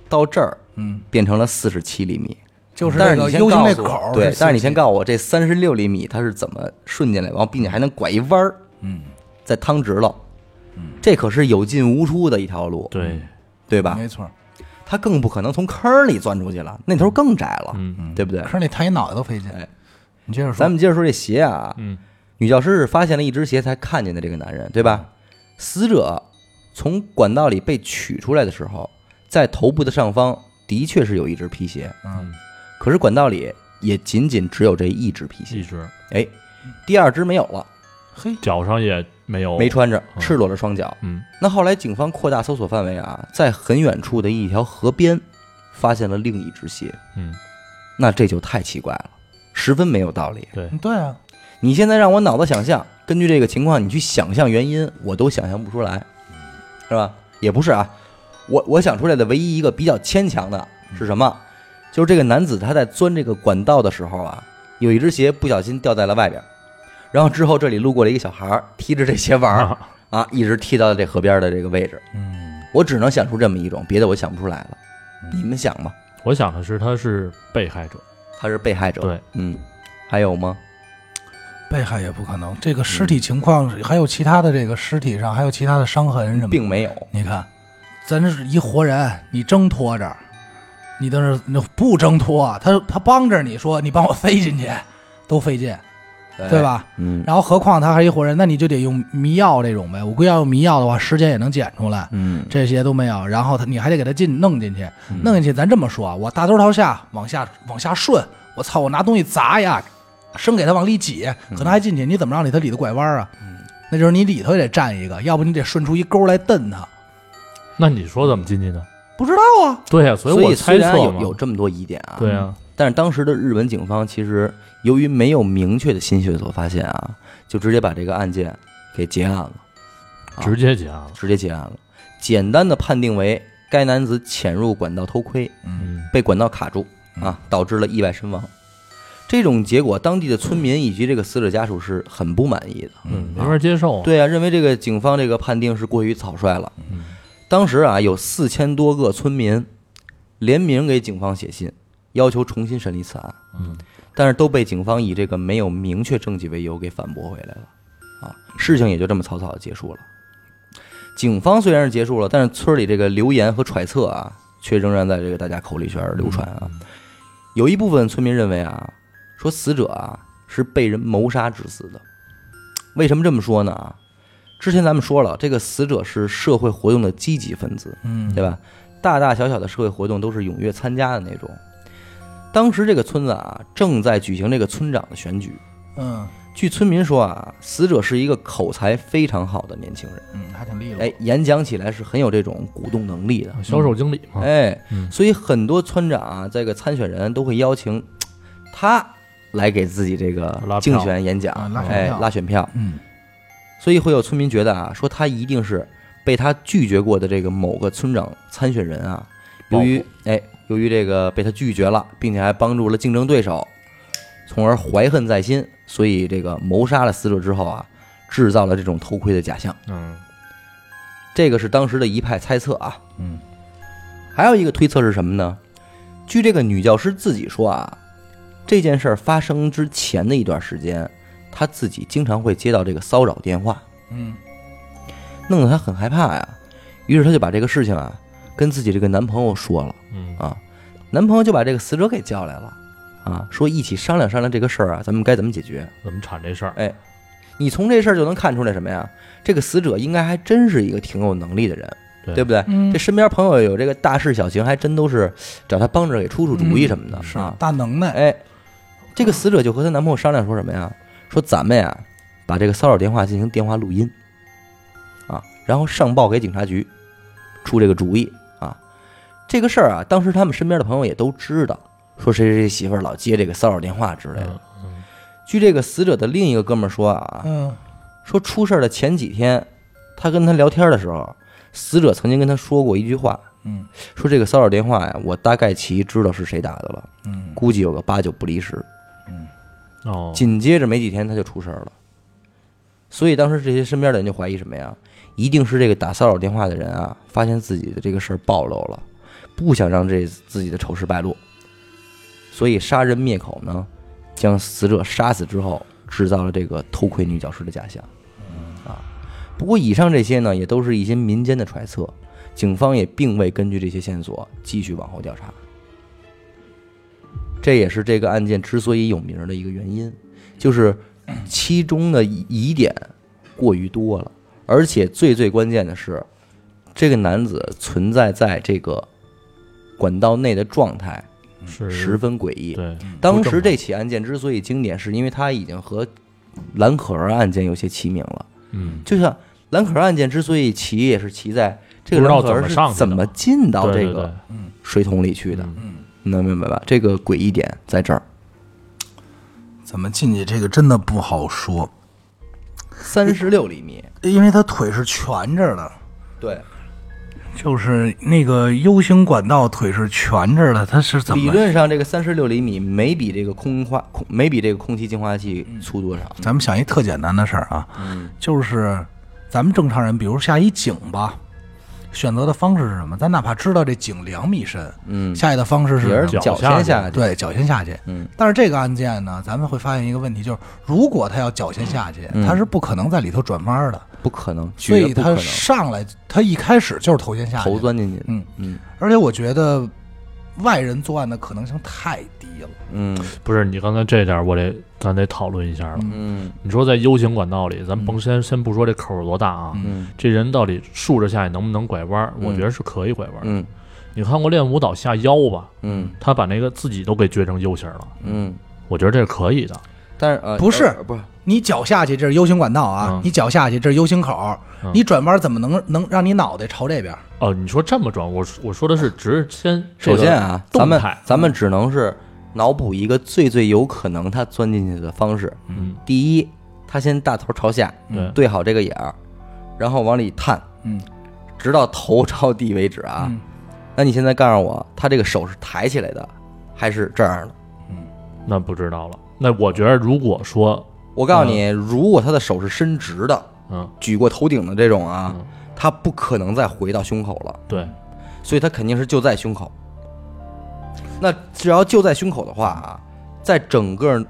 Speaker 1: 到这儿
Speaker 2: 嗯，
Speaker 1: 变成了四十七厘米。
Speaker 2: 就是
Speaker 1: 但
Speaker 2: 那
Speaker 1: 是
Speaker 2: 个
Speaker 1: 你
Speaker 2: U
Speaker 1: 先
Speaker 2: 型
Speaker 1: 告
Speaker 2: 那
Speaker 1: 诉我
Speaker 2: 口儿
Speaker 1: 对，但是你先
Speaker 2: 四
Speaker 1: 告诉我这三十六厘米它是怎么顺进来，然后并且还能拐一弯儿，
Speaker 2: 嗯，
Speaker 1: 再趟直了，这可是有进无出的一条路，
Speaker 3: 对，
Speaker 1: 对
Speaker 2: 十七
Speaker 1: 吧？
Speaker 2: 没错，
Speaker 1: 它更不可能从坑儿里钻出去了，那头更窄了，
Speaker 3: 嗯
Speaker 1: 对不对
Speaker 2: 可？是你抬一脑袋都费劲。
Speaker 1: 哎
Speaker 2: 你接着说，
Speaker 1: 咱们接着说这鞋啊，
Speaker 3: 嗯，
Speaker 1: 女教师是发现了一只鞋才看见的这个男人，对吧？死
Speaker 3: 嗯
Speaker 1: 者从管道里被取出来的时候，在头部的上方的确是有一只皮鞋，
Speaker 2: 嗯，
Speaker 1: 可是管道里也仅仅只有这一只皮
Speaker 3: 一
Speaker 1: 鞋，
Speaker 3: 直
Speaker 1: 哎，第二只没有了，
Speaker 2: 嘿，
Speaker 3: 脚上也没有
Speaker 1: 没，穿着，
Speaker 3: 嗯
Speaker 1: 赤裸着双脚。
Speaker 3: 嗯，
Speaker 1: 那后来警方扩大搜索范围啊，在很远处的一条河边发现了另一只鞋，
Speaker 3: 嗯，
Speaker 1: 那这就太奇怪了，十分没有道理。
Speaker 3: 对，
Speaker 2: 对啊，
Speaker 1: 你现在让我脑子想象，根据这个情况，你去想象原因，我都想象不出来，是吧？也不是啊，我我想出来的唯一一个比较牵强的是什么？就是这个男子他在钻这个管道的时候啊，有一只鞋不小心掉在了外边，然后之后这里路过了一个小孩儿，踢着这鞋玩儿
Speaker 3: 啊
Speaker 1: 啊，一直踢到这河边的这个位置。
Speaker 2: 嗯，
Speaker 1: 我只能想出这么一种，别的我想不出来了。你们想吧，
Speaker 3: 我想的是他是被害者，
Speaker 1: 他是被害者，
Speaker 3: 对，
Speaker 1: 嗯，还有吗？
Speaker 2: 被害也不可能，这个尸体情况还有其他的这个尸体上还有其他的伤痕
Speaker 3: 嗯
Speaker 2: 什么的，
Speaker 1: 并没有，
Speaker 2: 你看，咱是一活人，你挣脱着，你倒是那不挣脱，啊他他帮着你说你帮我飞进去，都费劲，对？吧？
Speaker 1: 嗯
Speaker 2: 然后何况他还一活人，那你就得用迷药这种呗。我估计要用迷药的话，时间也能减出来，
Speaker 1: 嗯，
Speaker 2: 这些都没有。然后他你还得给他进弄进去，弄
Speaker 3: 嗯
Speaker 2: 进去。咱这么说啊，我大头朝下往下往下顺，我操，我拿东西砸呀，生给他往里挤，可能还进去。你怎么让里头里头拐弯啊？那就是你里头也得站一个，要不你得顺出一沟来蹬他。
Speaker 3: 那你说怎么进去的？
Speaker 2: 不知道啊，
Speaker 3: 对呀，所以
Speaker 1: 所
Speaker 3: 我
Speaker 1: 虽
Speaker 3: 猜
Speaker 1: 然
Speaker 3: 测
Speaker 1: 有
Speaker 3: 嘛，
Speaker 1: 有这么多疑点啊，
Speaker 3: 对呀，
Speaker 1: 但是当时的日本警方其实由于没有明确的新血所发现啊，就直接把这个案件给结案了，啊
Speaker 3: 直接结案了，
Speaker 1: 直接结案了，简单的判定为该男子潜入管道偷窥，
Speaker 3: 嗯，
Speaker 1: 被管道卡住啊，导致了意外身亡。这种结果，当地的村民以及这个死者家属是很不满意的。
Speaker 3: 嗯，没法接受啊，
Speaker 1: 对啊，认为这个警方这个判定是过于草率了。当时啊，有四千多个村民联名给警方写信，要求重新审理此案。
Speaker 3: 嗯，
Speaker 1: 但是都被警方以这个没有明确证据为由给反驳回来了。啊，事情也就这么草草的结束了。警方虽然是结束了，但是村里这个流言和揣测啊，却仍然在这个大家口里圈儿流传啊。有一部分村民认为啊，说死者啊是被人谋杀致死的。为什么这么说呢？啊，之前咱们说了，这个死者是社会活动的积极分子，
Speaker 2: 嗯
Speaker 1: 对吧？大大小小的社会活动都是踊跃参加的那种。当时这个村子啊，正在举行这个村长的选举，
Speaker 2: 嗯
Speaker 1: 据村民说啊，死者是一个口才非常好的年轻人，
Speaker 2: 嗯，还挺利落。
Speaker 1: 哎，演讲起来是很有这种鼓动能力的，
Speaker 2: 啊
Speaker 3: 销售经理嘛，
Speaker 1: 哎，
Speaker 3: 嗯
Speaker 1: 所以很多村长啊，这个参选人都会邀请他来给自己这个
Speaker 3: 拉票
Speaker 1: 竞选演讲，
Speaker 2: 啊拉选
Speaker 1: 哎，
Speaker 2: 票
Speaker 1: 拉选票，
Speaker 2: 嗯
Speaker 1: 所以会有村民觉得啊，说他一定是被他拒绝过的这个某个村长参选人啊，由于哎，由于这个被他拒绝了，并且还帮助了竞争对手，从而怀恨在心，所以这个谋杀了死者之后啊，制造了这种偷窥的假象。
Speaker 3: 嗯，
Speaker 1: 这个是当时的一派猜测啊。
Speaker 2: 嗯，
Speaker 1: 还有一个推测是什么呢？据这个女教师自己说啊，这件事儿发生之前的一段时间，她自己经常会接到这个骚扰电话，
Speaker 2: 嗯
Speaker 1: 弄得她很害怕呀。于是她就把这个事情啊跟自己这个男朋友说了，
Speaker 3: 嗯
Speaker 1: 啊，男朋友就把这个死者给叫来了，啊，说一起商量商量这个事儿啊，咱们该怎么解决。
Speaker 3: 怎么铲这事儿？
Speaker 1: 你从这事儿就能看出来什么呀？这个死者应该还真是一个挺有能力的人，
Speaker 3: 对
Speaker 1: 对不对？
Speaker 2: 嗯
Speaker 1: 这，身边朋友有这个大事小情，还真都是找他帮着给出出主意什么的。
Speaker 2: 嗯是
Speaker 1: 啊，
Speaker 2: 大能耐。
Speaker 1: 哎，这个死者就和她男朋友商量说什么呀？说咱们呀，把这个骚扰电话进行电话录音，啊，然后上报给警察局，出这个主意啊。这个事儿啊，当时他们身边的朋友也都知道，说谁谁谁媳妇儿老接这个骚扰电话之类的
Speaker 3: 嗯。嗯
Speaker 1: 据这个死者的另一个哥们儿说啊，
Speaker 2: 嗯
Speaker 1: 说出事儿的前几天，他跟他聊天的时候，死者曾经跟他说过一句话，
Speaker 2: 嗯，
Speaker 1: 说这个骚扰电话呀，我大概其知道是谁打的了，
Speaker 2: 嗯
Speaker 1: 估计有个八九不离十。
Speaker 3: 哦，
Speaker 1: 紧接着没几天他就出事儿了，所以当时这些身边的人就怀疑什么呀？一定是这个打骚扰电话的人啊，发现自己的这个事儿暴露了，不想让这自己的丑事败露，所以杀人灭口呢，将死者杀死之后，制造了这个偷窥女教师的假象。啊，不过以上这些呢，也都是一些民间的揣测，警方也并未根据这些线索继续往后调查。这也是这个案件之所以有名儿的一个原因，就是其中的疑疑点过于多了，而且最最关键的是，这个男子存在在这个管道内的状态
Speaker 3: 是
Speaker 1: 十分诡异。
Speaker 3: 对，
Speaker 1: 当时这起案件之所以经典，是因为它已经和蓝可儿案件有些齐名了。
Speaker 3: 嗯，
Speaker 1: 就像蓝可儿案件之所以齐，也是齐在这个
Speaker 3: 不知
Speaker 1: 蓝
Speaker 3: 道
Speaker 1: 可儿
Speaker 3: 怎么
Speaker 1: 是
Speaker 3: 上去的
Speaker 1: 怎么进到
Speaker 3: 对
Speaker 1: 这
Speaker 3: 对对
Speaker 1: 个水桶里去的，
Speaker 3: 嗯
Speaker 1: 你能明白吧？这个诡异点在这儿。
Speaker 2: 怎么进去这个真的不好说，
Speaker 1: 三十六厘米，
Speaker 2: 因为他腿是蜷着的，
Speaker 1: 对，
Speaker 2: 就是那个 U 型管道腿是蜷着的，它是怎么？
Speaker 1: 理论上这个三十六厘米没比这个空化空没比这个空气净化器粗多少，
Speaker 2: 咱们想一特简单的事儿啊，就是咱们正常人，比如下一井吧，选择的方式是什么？咱哪怕知道这井两米深，
Speaker 1: 嗯，
Speaker 2: 下去的方式
Speaker 1: 也
Speaker 2: 是
Speaker 1: 是
Speaker 3: 脚
Speaker 1: 脚
Speaker 3: 下
Speaker 1: 先
Speaker 3: 去
Speaker 1: 下去，
Speaker 2: 对脚先下去。
Speaker 1: 嗯，
Speaker 2: 但是这个案件呢，咱们会发现一个问题，就是如果他要脚先下去，他是不可能在里头转弯的，
Speaker 1: 不可能，
Speaker 2: 所以
Speaker 1: 绝嗯不可
Speaker 2: 他
Speaker 1: 能
Speaker 2: 上来他一开始就是头先下去
Speaker 1: 头
Speaker 2: 的，
Speaker 1: 钻进去，
Speaker 2: 嗯
Speaker 1: 嗯
Speaker 2: 而且我觉得外人作案的可能性太低了。
Speaker 1: 嗯
Speaker 3: 不是你刚才这点儿我得咱得讨论一下了。
Speaker 1: 嗯
Speaker 3: 你说在 U 型管道里，咱甭先先不说这口儿有多大啊，
Speaker 1: 嗯
Speaker 3: 这人到底竖着下去能不能拐弯儿？
Speaker 1: 嗯
Speaker 3: 我觉得是可以拐弯儿。
Speaker 1: 嗯
Speaker 3: 你看过练舞蹈下腰吧？
Speaker 1: 嗯
Speaker 3: 他把那个自己都给撅成 U 型了，
Speaker 1: 嗯，
Speaker 3: 我觉得这是可以的。
Speaker 1: 但是呃
Speaker 2: 不是
Speaker 1: 呃不是，
Speaker 2: 你脚下去这是 U 型管道啊，
Speaker 3: 嗯
Speaker 2: 你脚下去这是 U 型口儿，
Speaker 3: 嗯
Speaker 2: 你转弯怎么能能让你脑袋朝这边？
Speaker 3: 哦，你说这么转，我我说的是只是先这
Speaker 1: 首
Speaker 3: 个
Speaker 1: 先啊，咱
Speaker 3: 动
Speaker 1: 们
Speaker 3: 态
Speaker 1: 咱们只能是脑补一个最最有可能他钻进去的方式。
Speaker 3: 嗯，
Speaker 1: 第一，他先大头朝下
Speaker 3: 对
Speaker 1: 对好这个眼儿，然后往里探，
Speaker 2: 嗯，
Speaker 1: 直到头朝地为止啊。
Speaker 2: 嗯
Speaker 1: 那你现在告诉我，他这个手是抬起来的，还是这样的？
Speaker 3: 那不知道了。那我觉得如果说，
Speaker 1: 我告诉你，如果他的手是伸直的，
Speaker 3: 嗯，
Speaker 1: 举过头顶的这种啊，
Speaker 3: 嗯
Speaker 1: 他不可能再回到胸口了，
Speaker 3: 对，
Speaker 1: 所以他肯定是就在胸口。那只要就在胸口的话啊，在整个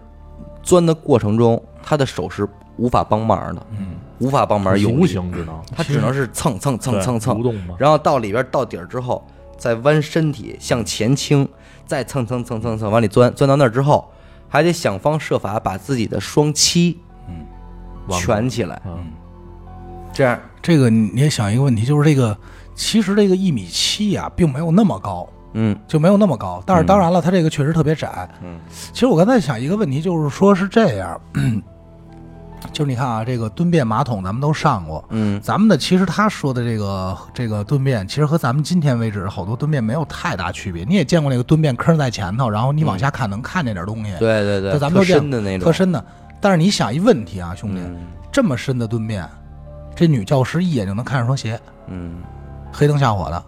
Speaker 1: 钻的过程中，他的手是无法帮忙的，嗯，无法帮忙有
Speaker 3: 无
Speaker 1: 力，
Speaker 3: 形只能
Speaker 1: 他只能是蹭蹭蹭
Speaker 3: 对
Speaker 1: 蹭蹭
Speaker 3: 蠕，动嘛。
Speaker 1: 然后到里边到底儿之后，再弯身体向前倾，再蹭蹭蹭蹭蹭往里钻，钻到那儿之后，还得想方设法把自己的双膝
Speaker 3: 完美
Speaker 1: 蜷起来，
Speaker 3: 嗯，
Speaker 1: 这样
Speaker 2: 这个你也想一个问题，就是这个其实这个一米七啊，并没有那么高，
Speaker 1: 嗯
Speaker 2: 就没有那么高。但是当然了，它这个确实特别窄。
Speaker 1: 嗯，
Speaker 2: 其实我刚才想一个问题，就是说是这样， 就是你看啊，这个蹲便马桶咱们都上过，
Speaker 1: 嗯
Speaker 2: 咱们的其实他说的这个这个蹲便，其实和咱们今天为止好多蹲便没有太大区别。你也见过那个蹲便坑在前头，然后你往下看能看见点东西，
Speaker 1: 对对对，
Speaker 2: 这咱们
Speaker 1: 特
Speaker 2: 都这样
Speaker 1: 深的那种，
Speaker 2: 特深的。但是你想一问题啊，兄弟，
Speaker 1: 嗯
Speaker 2: 这么深的蹲便，这女教师一眼就能看上双鞋，
Speaker 1: 嗯，
Speaker 2: 黑灯瞎火的，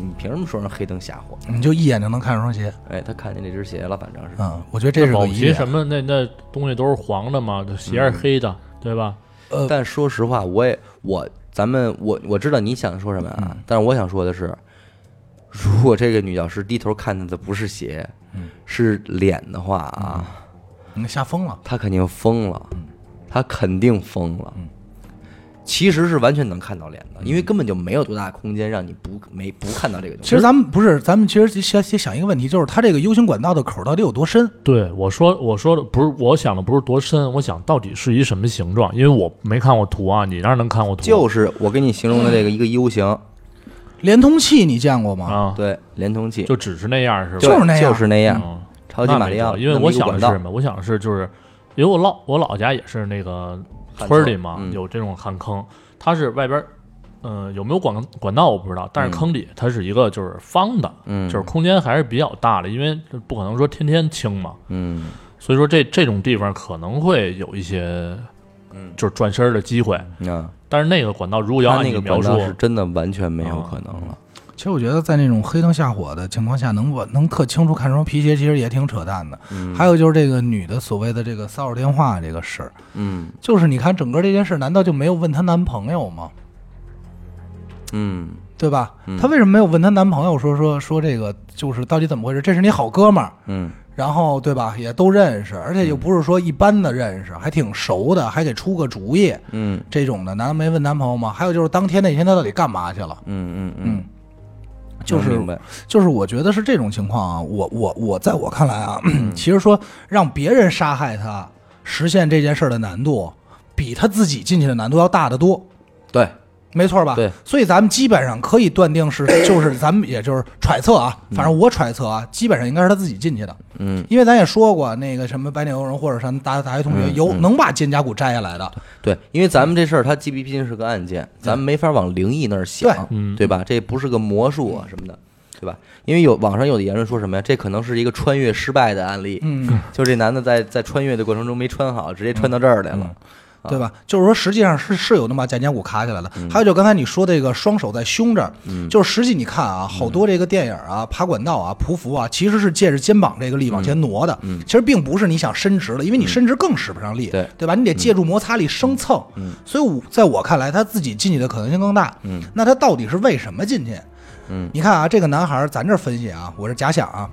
Speaker 1: 你凭什么说人黑灯瞎火？
Speaker 2: 你就一眼就能看上双鞋。
Speaker 1: 哎，他看见那只鞋了，反正是。
Speaker 2: 嗯，我觉得这是
Speaker 3: 保
Speaker 2: 个
Speaker 3: 不
Speaker 2: 疑
Speaker 3: 齐
Speaker 1: 啊
Speaker 2: 点。
Speaker 3: 什么那那东西都是黄的嘛，这鞋是黑的，对吧？
Speaker 2: 呃
Speaker 1: 嗯但说实话，我也我咱们我我知道你想说什么啊，但是我想说的是，如果这个女教师低头看见的不是鞋，是脸的话啊，
Speaker 2: 你嗯吓疯了。
Speaker 1: 她肯定疯了，
Speaker 3: 嗯
Speaker 1: 她肯定疯了。其实是完全能看到脸
Speaker 3: 嗯
Speaker 1: 的，因为根本就没有多大空间让你不没不看到这个东西。
Speaker 2: 其实咱们不是，咱们其实想想一个问题，就是它这个 U 型管道的口到底有多深？
Speaker 3: 对，我说我说的不是，我想的不是多深，我想到底是一什么形状，因为我没看过图啊，你那儿能看过图？
Speaker 1: 就是我给你形容的这个一个 U 型，
Speaker 2: 连通器你见过吗？
Speaker 3: 啊，
Speaker 1: 对，连通器
Speaker 3: 就只是那样是吧？
Speaker 1: 对
Speaker 2: 就是那样
Speaker 1: 就是那样，
Speaker 3: 嗯，
Speaker 1: 超级
Speaker 3: 那
Speaker 1: 马
Speaker 3: 没
Speaker 1: 里奥
Speaker 3: 辙，因为
Speaker 1: 那么
Speaker 3: 我
Speaker 1: 一个
Speaker 3: 想
Speaker 1: 管
Speaker 3: 的是
Speaker 1: 道
Speaker 3: 什么？我想的是就是，因为我老我老家也是那个村儿里嘛，
Speaker 1: 旱厕嗯
Speaker 3: 有这种旱坑，它是外边儿，嗯，有没有管管道我不知道，但是坑里它是一个就是方的，
Speaker 1: 嗯
Speaker 3: 就是空间还是比较大的，因为这不可能说天天清嘛，
Speaker 1: 嗯。
Speaker 3: 所以说这这种地方可能会有一些，嗯，就是转身儿的机会。
Speaker 1: 啊，
Speaker 3: 但是那个管道如果要
Speaker 1: 他
Speaker 3: 按
Speaker 1: 那
Speaker 3: 你
Speaker 1: 个
Speaker 3: 描
Speaker 1: 管
Speaker 3: 述啊
Speaker 1: 道，是真的完全没有可能了。
Speaker 2: 其实我觉得在那种黑灯瞎火的情况下，能能特清楚看什么皮鞋，其实也挺扯淡的。还有就是这个女的所谓的这个骚扰电话这个事儿，
Speaker 1: 嗯
Speaker 2: 就是你看整个这件事，难道就没有问她男朋友吗？
Speaker 1: 嗯
Speaker 2: 对吧？她为什么没有问她男朋友说说说这个就是到底怎么回事？这是你好哥们儿，
Speaker 1: 嗯
Speaker 2: 然后对吧？也都认识，而且又不是说一般的认识，还挺熟的，还给出个主意
Speaker 1: 嗯
Speaker 2: 这种的，难道没问男朋友吗？还有就是当天那天她到底干嘛去了？
Speaker 1: 嗯嗯嗯，
Speaker 2: 就是
Speaker 1: 能明白。
Speaker 2: 就是我觉得是这种情况啊，我我我在我看来啊，
Speaker 1: 嗯
Speaker 2: 其实说让别人杀害他，实现这件事儿的难度，比他自己进去的难度要大得多，
Speaker 1: 对，
Speaker 2: 没错吧？
Speaker 1: 对，
Speaker 2: 所以咱们基本上可以断 定是，就是咱们也就是揣测啊，反正我揣测啊，基本上应该是他自己进去的，
Speaker 1: 嗯，
Speaker 2: 因为咱也说过那个什么白脸欧人或者什么大大学同
Speaker 1: 嗯
Speaker 2: 学有能把肩胛骨摘下来的，
Speaker 1: 对，因为咱
Speaker 2: 嗯
Speaker 1: 们这事儿它既毕竟是个案件，咱们没法往灵异那儿想，
Speaker 3: 嗯
Speaker 1: 对吧？这不是个魔术
Speaker 2: 嗯
Speaker 1: 啊什么的，对吧？因为有网上有的言论说什么呀？这可能是一个穿越失败的案例，
Speaker 2: 嗯，
Speaker 1: 就这男的在在穿越的过程中没穿好，直接穿到这儿来
Speaker 2: 嗯
Speaker 1: 了。
Speaker 2: 对吧？就是说，实际上是是有那么把肩胛骨卡起来了。还有就刚才你说这个双手在胸这儿，就是实际你看啊，好多这个电影啊、爬管道啊、匍匐啊，其实是借着肩膀这个力往前挪的。其实并不是你想伸直了，因为你伸直更使不上力，
Speaker 1: 对
Speaker 2: 吧？你得借助摩擦力生蹭。所以我在我看来，他自己进去的可能性更大。那他到底是为什么进去？你看啊，这个男孩儿，咱这儿分析啊，我是假想啊，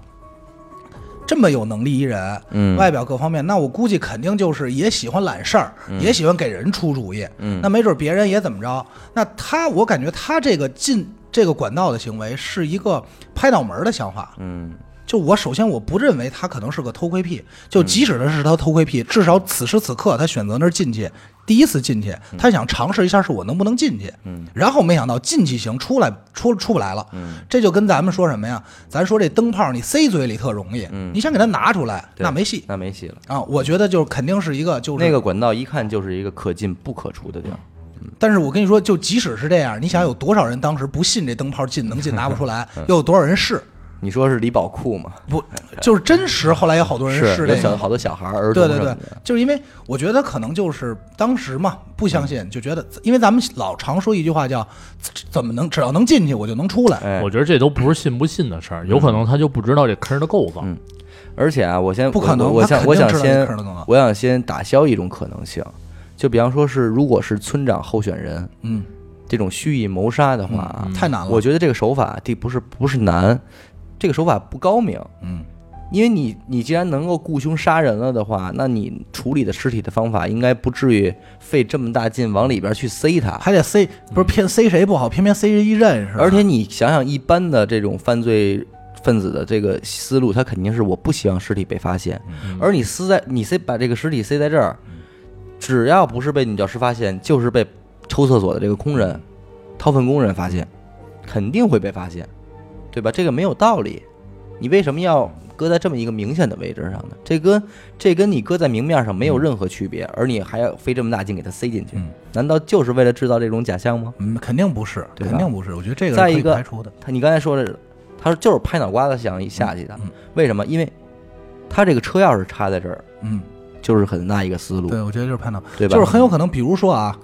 Speaker 2: 这么有能力一人，
Speaker 1: 嗯
Speaker 2: 外表各方面，那我估计肯定就是也喜欢揽事儿，也喜欢给人出主意，嗯，那没准别人也怎么着，那他，我感觉他这个进这个管道的行为是一个拍脑门儿的想法，
Speaker 1: 嗯
Speaker 2: 就我首先我不认为他可能是个偷窥癖，就
Speaker 1: 嗯
Speaker 2: 即使他是他偷窥癖，至少此时此刻他选择那儿进去，第一次进去，
Speaker 1: 嗯
Speaker 2: 他想尝试一下是我能不能进去，嗯，然后没想到进去行，出来出出不来了，嗯，这就跟咱们说什么呀？咱说这灯泡你塞嘴里特容易，嗯，你想给它拿出来
Speaker 1: 对
Speaker 2: 那没戏
Speaker 1: 那没戏了。
Speaker 2: 啊，我觉得就是肯定是一个就是嗯
Speaker 1: 那个，管道一看就是一个可进不可出的地儿，
Speaker 2: 但是我跟你说，就即使是这样，你想有多少人当时不信这灯泡 进能进拿不出来，又有多少人试？
Speaker 1: 你说是李宝库吗？
Speaker 2: 不，就是真实。后来有好多人试
Speaker 1: 有
Speaker 2: 这个
Speaker 1: 小，好多小孩儿儿童
Speaker 2: 对对
Speaker 1: 什么
Speaker 2: 对
Speaker 1: 的，
Speaker 2: 就是因为我觉得可能就是当时嘛不相
Speaker 1: 嗯
Speaker 2: 信，就觉得，因为咱们老常说一句话叫“怎么能只要能进去我就能出来
Speaker 1: 哎
Speaker 3: 我觉得这都不是信不信的事儿，有可能他就不知道这坑儿的构造。
Speaker 1: 嗯而且啊，我先
Speaker 2: 不可能
Speaker 1: 我我
Speaker 2: 他
Speaker 1: 想
Speaker 2: 肯
Speaker 1: 我
Speaker 2: 定
Speaker 1: 想
Speaker 2: 知道
Speaker 1: 先
Speaker 2: 那坑儿的梗啊
Speaker 1: 我想先打消一种可能性，就比方说是如果是村长候选人”。
Speaker 2: 嗯，
Speaker 1: 这种蓄意谋杀的话啊，
Speaker 2: 太难了。
Speaker 1: 我觉得这个手法这不是不是难，这个手法不高明，
Speaker 2: 嗯，
Speaker 1: 因为你你既然能够雇凶杀人了的话，那你处理的尸体的方法应该不至于费这么大劲往里边去塞它。
Speaker 2: 还得塞，不是偏塞谁不好，偏偏塞谁一认识。
Speaker 1: 嗯而且你想想，一般的这种犯罪分子的这个思路，他肯定是我不希望尸体被发现，而你塞在你塞把这个尸体塞在这儿，只要不是被女教师发现，就是被抽厕所的这个工人、掏粪工人发现，肯定会被发现，对吧？这个没有道理，你为什么要搁在这么一个明显的位置上呢？这跟这跟你搁在明面上没有任何区别，而你还要费这么大劲给它塞进去，
Speaker 2: 嗯
Speaker 1: 难道就是为了制造这种假象吗？
Speaker 2: 嗯，肯定不是，
Speaker 1: 对吧
Speaker 2: 肯定不是。我觉得这个是
Speaker 1: 再
Speaker 2: 可
Speaker 1: 一
Speaker 2: 以
Speaker 1: 个
Speaker 2: 排除的。
Speaker 1: 他你刚才说的，他说就是拍脑瓜子想一下去的，
Speaker 2: 嗯
Speaker 1: 为什么？因为他这个车钥匙插在这儿，
Speaker 2: 嗯，
Speaker 1: 就是很大一个思路，
Speaker 2: 对，我觉得就是判断，
Speaker 1: 对吧？
Speaker 2: 就是很有可能，比如说啊，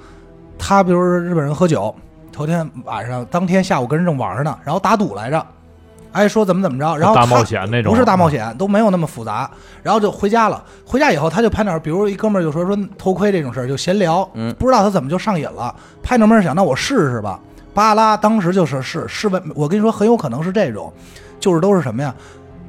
Speaker 2: 他比如说日本人喝酒，头天晚上当天下午跟人正玩呢，然后打赌来着，哎，说怎么怎么着，然后
Speaker 3: 大
Speaker 2: 他
Speaker 3: 冒险那种嗯
Speaker 2: 不是大冒险，都没有那么复杂，然后就回家了。回家以后，他就拍脑，比如一哥们儿就说说头盔这种事儿，就闲聊，
Speaker 1: 嗯
Speaker 2: 不知道他怎么就上瘾了，拍脑门儿想，那我试试吧。巴拉当时就是是是问，我跟你说，很有可能是这种，就是都是什么呀？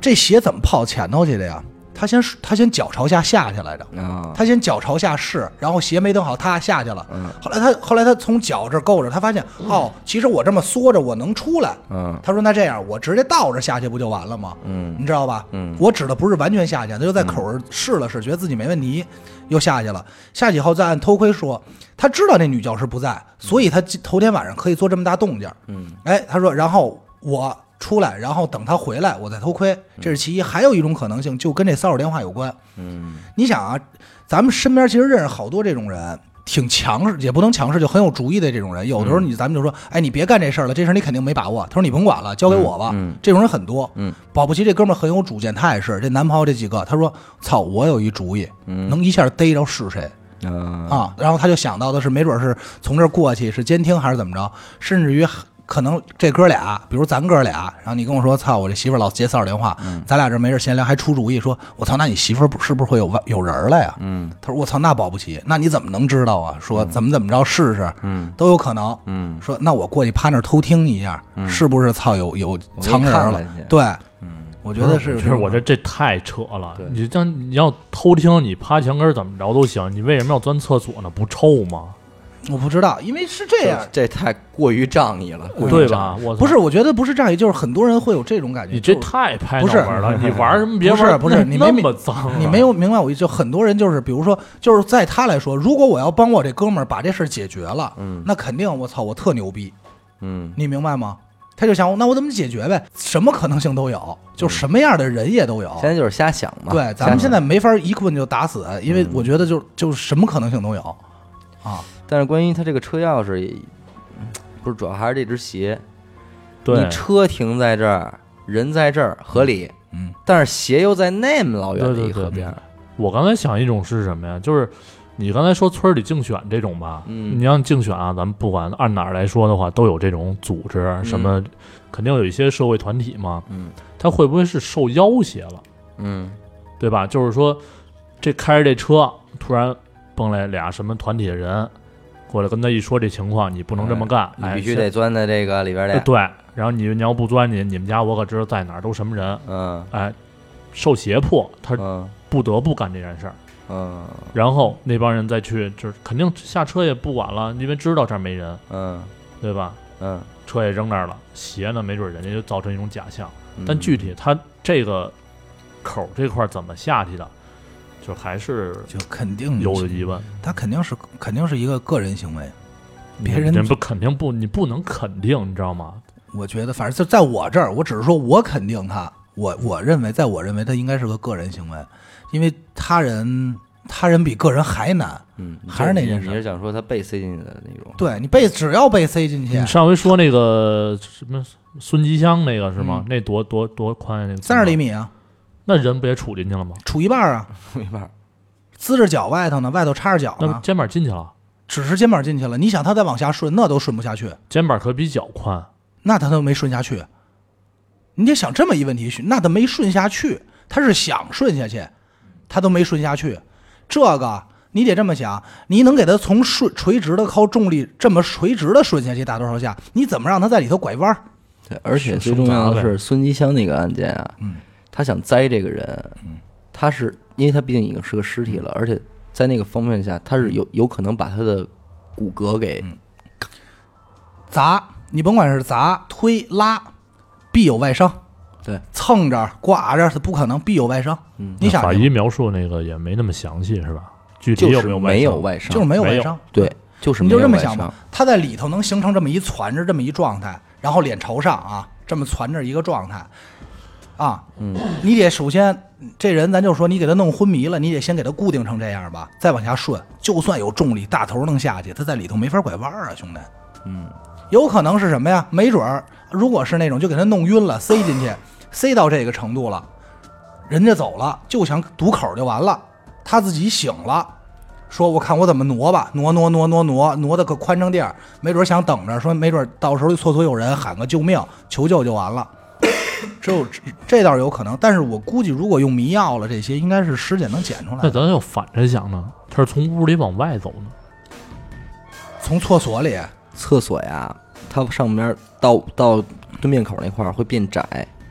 Speaker 2: 这鞋怎么泡前头去的呀？他先他先脚朝下下去来着，
Speaker 1: 啊，
Speaker 2: 他先脚朝下试，然后鞋没蹬好，他下去了。
Speaker 1: 嗯
Speaker 2: 后来他后来他从脚这儿够着，他发现哦，其实我这么缩着我能出来。
Speaker 1: 嗯
Speaker 2: 他说那这样我直接倒着下去不就完了吗？
Speaker 1: 嗯
Speaker 2: 你知道吧？
Speaker 1: 嗯
Speaker 2: 我指的不是完全下去，他就在口儿试了试，觉得自己没问题，又下去了。下去以后再按偷窥说，他知道那女教师不在，所以他今头天晚上可以做这么大动静。
Speaker 1: 嗯，
Speaker 2: 哎，他说，然后我出来，然后等他回来，我再偷窥，这是其一。还有一种可能性，就跟这骚扰电话有关。
Speaker 1: 嗯，
Speaker 2: 你想啊，咱们身边其实认识好多这种人，挺强势，也不能强势，就很有主意的这种人。有的时
Speaker 1: 嗯
Speaker 2: 候你咱们就说，哎，你别干这事儿了，这事儿你肯定没把握。他说你甭管了，交给我吧。
Speaker 1: 嗯嗯
Speaker 2: 这种人很多。
Speaker 1: 嗯，
Speaker 2: 保不齐这哥们儿很有主见，他也是。这男朋友这几个，他说操，我有一主意，
Speaker 1: 嗯
Speaker 2: 能一下逮着是谁。
Speaker 1: 啊
Speaker 2: 啊，然后他就想到的是，没准是从这儿过去是监听还是怎么着，甚至于可能这哥俩，比如咱哥俩，然后你跟我说，操，我这媳妇儿老接骚扰电话，咱俩这没事闲聊还出主意说，我操，那你媳妇儿不是不是会有外有人儿了呀？嗯，他说我操，那保不齐，那你怎么能知道啊？说怎么怎么着试试，嗯，都有可能，嗯，说那我过去趴那儿偷听你一下，是不是操有有
Speaker 1: 我给你
Speaker 2: 藏人
Speaker 1: 看
Speaker 2: 儿了
Speaker 1: 看去？
Speaker 2: 对，嗯，我觉得
Speaker 3: 不
Speaker 2: 是，
Speaker 3: 是我这这太扯了
Speaker 1: 对。
Speaker 3: 你像你要偷听，你趴墙根儿怎么着都行，你为什么要钻厕所呢？不臭吗？
Speaker 2: 我不知道，因为是这样。
Speaker 1: 这太过于仗义了，过于
Speaker 3: 对
Speaker 1: 仗义？
Speaker 3: 吧？我操
Speaker 2: 不是，，我觉得不是仗义，就是很多人会有这种感觉。
Speaker 3: 你这
Speaker 2: 就是
Speaker 3: 太拍
Speaker 2: 不
Speaker 3: 脑
Speaker 2: 是
Speaker 3: 门了。你玩什么 别
Speaker 2: 不是
Speaker 3: 玩？
Speaker 2: 不是
Speaker 3: 那
Speaker 2: 你没
Speaker 3: 那么脏啊，
Speaker 2: 你没有明白我意思，就很多人就是，比如说，就是在他来说，如果我要帮我这哥们儿把这事儿解决了，嗯，那肯定我操，我特牛逼，
Speaker 1: 嗯
Speaker 2: 你明白吗？他就想，那我怎么解决呗？什么可能性都有，就什么样的人也都有。
Speaker 1: 现在就是瞎想嗯嘛。嗯
Speaker 2: 对，
Speaker 1: 瞎
Speaker 2: 咱们现
Speaker 1: 想
Speaker 2: 在没法一棍就打死，因为我觉得就就什么可能性都有啊。
Speaker 1: 但是关于他这个车钥匙也，嗯不是主要还是这只鞋。
Speaker 3: 对
Speaker 1: 你车停在这儿，人在这儿合理，
Speaker 2: 嗯，
Speaker 1: 但是鞋又在那么老远的一
Speaker 3: 对对对
Speaker 1: 河边儿，
Speaker 3: 我刚才想一种是什么呀？就是你刚才说村儿里竞选这种吧，
Speaker 1: 嗯
Speaker 3: 你像竞选啊，咱们不管按哪儿来说的话，都有这种组织，什么、肯定有一些社会团体嘛，
Speaker 1: 嗯，
Speaker 3: 他会不会是受要挟了，
Speaker 1: 嗯
Speaker 3: 对吧？就是说，这开着这车，突然蹦来俩什么团体的人过来跟他一说这情况，你不能这么干，
Speaker 1: 你
Speaker 3: 哎，
Speaker 1: 必须
Speaker 3: 现
Speaker 1: 得钻在这个里边儿
Speaker 3: 呃
Speaker 1: 的，
Speaker 3: 对，然后你你要不钻进，你们家我可知道在哪儿都什么人，
Speaker 1: 嗯
Speaker 3: 哎，受胁迫，他
Speaker 1: 嗯
Speaker 3: 不得不干这件事儿。
Speaker 1: 嗯
Speaker 3: 然后那帮人再去，就是肯定下车也不管了，因为知道这儿没人，
Speaker 1: 嗯
Speaker 3: 对吧？
Speaker 1: 嗯，
Speaker 3: 车也扔那儿了，鞋呢，没准人家就造成一种假象。
Speaker 1: 嗯
Speaker 3: 但具体他这个口儿这块儿怎么下去的，就还是
Speaker 2: 就肯定
Speaker 3: 有疑问。
Speaker 2: 他肯定是肯定是一个个人行为，别人
Speaker 3: 你不肯定不，你不能肯定，你知道吗？
Speaker 2: 我觉得，反正就在我这儿，我只是说我肯定他，我我认为，在我认为他应该是个个人行为，因为他人他人比个人还难。
Speaker 1: 嗯
Speaker 2: 还是那
Speaker 1: 你
Speaker 2: 件事儿
Speaker 1: 你是想说他被塞进去的那种，
Speaker 2: 对你被只要被塞进去
Speaker 3: 你，上回说那个什么孙吉香那个是吗？
Speaker 2: 嗯
Speaker 3: 那多多多宽啊那个
Speaker 2: 三十厘
Speaker 3: 米，
Speaker 2: 米啊，那
Speaker 3: 那人不也杵进去了吗？
Speaker 2: 杵一半啊，
Speaker 1: 没办法，
Speaker 2: 滋着脚外头呢，外头插着脚
Speaker 3: 那
Speaker 2: 呢，
Speaker 3: 肩膀进去了，
Speaker 2: 只是肩膀进去了。你想他再往下顺，那都顺不下去，
Speaker 3: 肩膀可比脚宽。
Speaker 2: 那他都没顺下去。你得想这么一问题，那他没顺下去，他是想顺下去，他都没顺下去。这个你得这么想，你能给他从顺垂直的靠重力这么垂直的顺下去大多少下？你怎么让他在里头拐弯儿？
Speaker 1: 对，而且
Speaker 3: 是
Speaker 1: 最
Speaker 3: 手
Speaker 1: 重要
Speaker 3: 砸
Speaker 1: 的
Speaker 3: 呗
Speaker 1: 是孙吉香那个案件啊，
Speaker 2: 嗯
Speaker 1: 他想栽这个人，
Speaker 2: 嗯
Speaker 1: 他是因为他毕竟已经是个尸体了，而且在那个方面下，他是有有可能把他的骨骼给，
Speaker 2: 砸，你甭管是砸、推、拉，必有外伤。
Speaker 1: 对，
Speaker 2: 蹭着、刮着，他不可能必有外伤。
Speaker 1: 嗯
Speaker 2: 你想
Speaker 3: 法医描述那个也没那么详细，是吧？具体
Speaker 1: 就
Speaker 3: 有
Speaker 1: 是
Speaker 3: 有
Speaker 1: 没有
Speaker 3: 有
Speaker 1: 外伤，
Speaker 2: 就是没有
Speaker 3: 没
Speaker 2: 外
Speaker 3: 有
Speaker 2: 伤。
Speaker 1: 对，就是
Speaker 2: 你
Speaker 1: 没
Speaker 2: 就
Speaker 1: 有
Speaker 2: 这么
Speaker 1: 外
Speaker 2: 想
Speaker 1: 伤
Speaker 2: 吧，，它在里头能形成这么一攒着这么一状态，然后脸朝上啊，这么攒着一个状态，啊，嗯，你得首先这人咱就说你给他弄昏迷了，你得先给他固定成这样吧，再往下顺，就算有重力大头弄下去，他在里头没法拐弯啊，兄弟，嗯，有可能是什么呀？没准儿如果是那种就给他弄晕了，塞进去，塞到这个程度了，人家走了，就想堵口就完了，他自己醒了。说我看我怎么挪吧，挪挪挪挪挪挪的可宽敞地儿，没准儿想等着，说没准儿到时候厕所有人喊个救命求救就完了， 只有这这倒是有可能。但是我估计如果用迷药了这些，应该是尸检能检出来
Speaker 3: 那
Speaker 2: 的，
Speaker 3: 咱要反着想呢，他是从屋里往外走呢，
Speaker 2: 从厕所里
Speaker 1: 厕所呀，它上面到到蹲便口那块儿会变窄，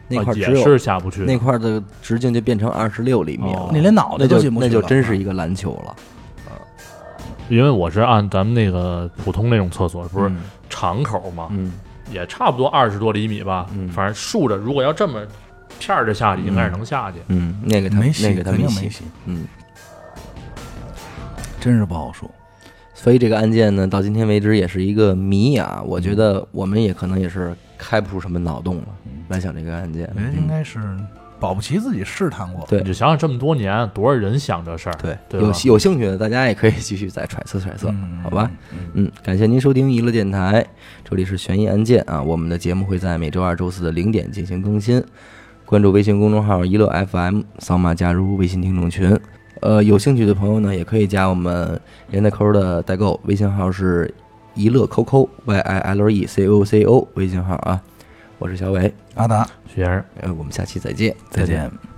Speaker 1: 那
Speaker 3: 啊
Speaker 1: 块儿只
Speaker 3: 也
Speaker 1: 有、
Speaker 3: 是下不去的。
Speaker 1: 那块儿的直径就变成二十六厘米了，
Speaker 3: 哦
Speaker 2: 你连脑袋
Speaker 1: 那
Speaker 2: 都
Speaker 1: 就
Speaker 2: 进不去
Speaker 1: 那
Speaker 2: 了，
Speaker 1: 就真是一个篮球了。
Speaker 3: 因为我是按咱们那个普通那种厕所，不是
Speaker 5: 嗯
Speaker 3: 敞口嘛，
Speaker 5: 嗯，
Speaker 3: 也差不多二十多厘米吧，
Speaker 5: 嗯
Speaker 3: 反正竖着，如果要这么片儿着下去，应该是能下去。
Speaker 1: 嗯，那个他
Speaker 2: 没戏，
Speaker 1: 那个他
Speaker 2: 肯定
Speaker 1: 戏
Speaker 2: 没。戏，
Speaker 1: 嗯，
Speaker 2: 真是不好说。
Speaker 1: 所以这个案件呢，到今天为止也是一个谜啊。我觉得我们也可能也是开不出什么脑洞了，
Speaker 2: 嗯
Speaker 1: 来想这个案件。
Speaker 2: 人应该是保不齐自己试探过，
Speaker 1: 嗯对
Speaker 3: 你就想想这么多年，多少人想这事儿，
Speaker 1: 对，
Speaker 3: 对吧
Speaker 1: 有有兴趣的大家也可以继续再揣测揣测，
Speaker 2: 嗯
Speaker 1: 好吧？嗯，感谢您收听娱乐电台，这里是悬疑案件啊，我们的节目会在每周二、周四的零点进行更新，关注微信公众号“娱乐 FM”，扫码加入微信听众群。呃，有兴趣的朋友呢，也可以加我们连带扣的代购微信号是“一乐 QQ Y I L E C O C O” 微信号啊，我是小伟，
Speaker 2: 阿达，
Speaker 3: 学生。
Speaker 1: 呃，我们下期再见，
Speaker 2: 再见。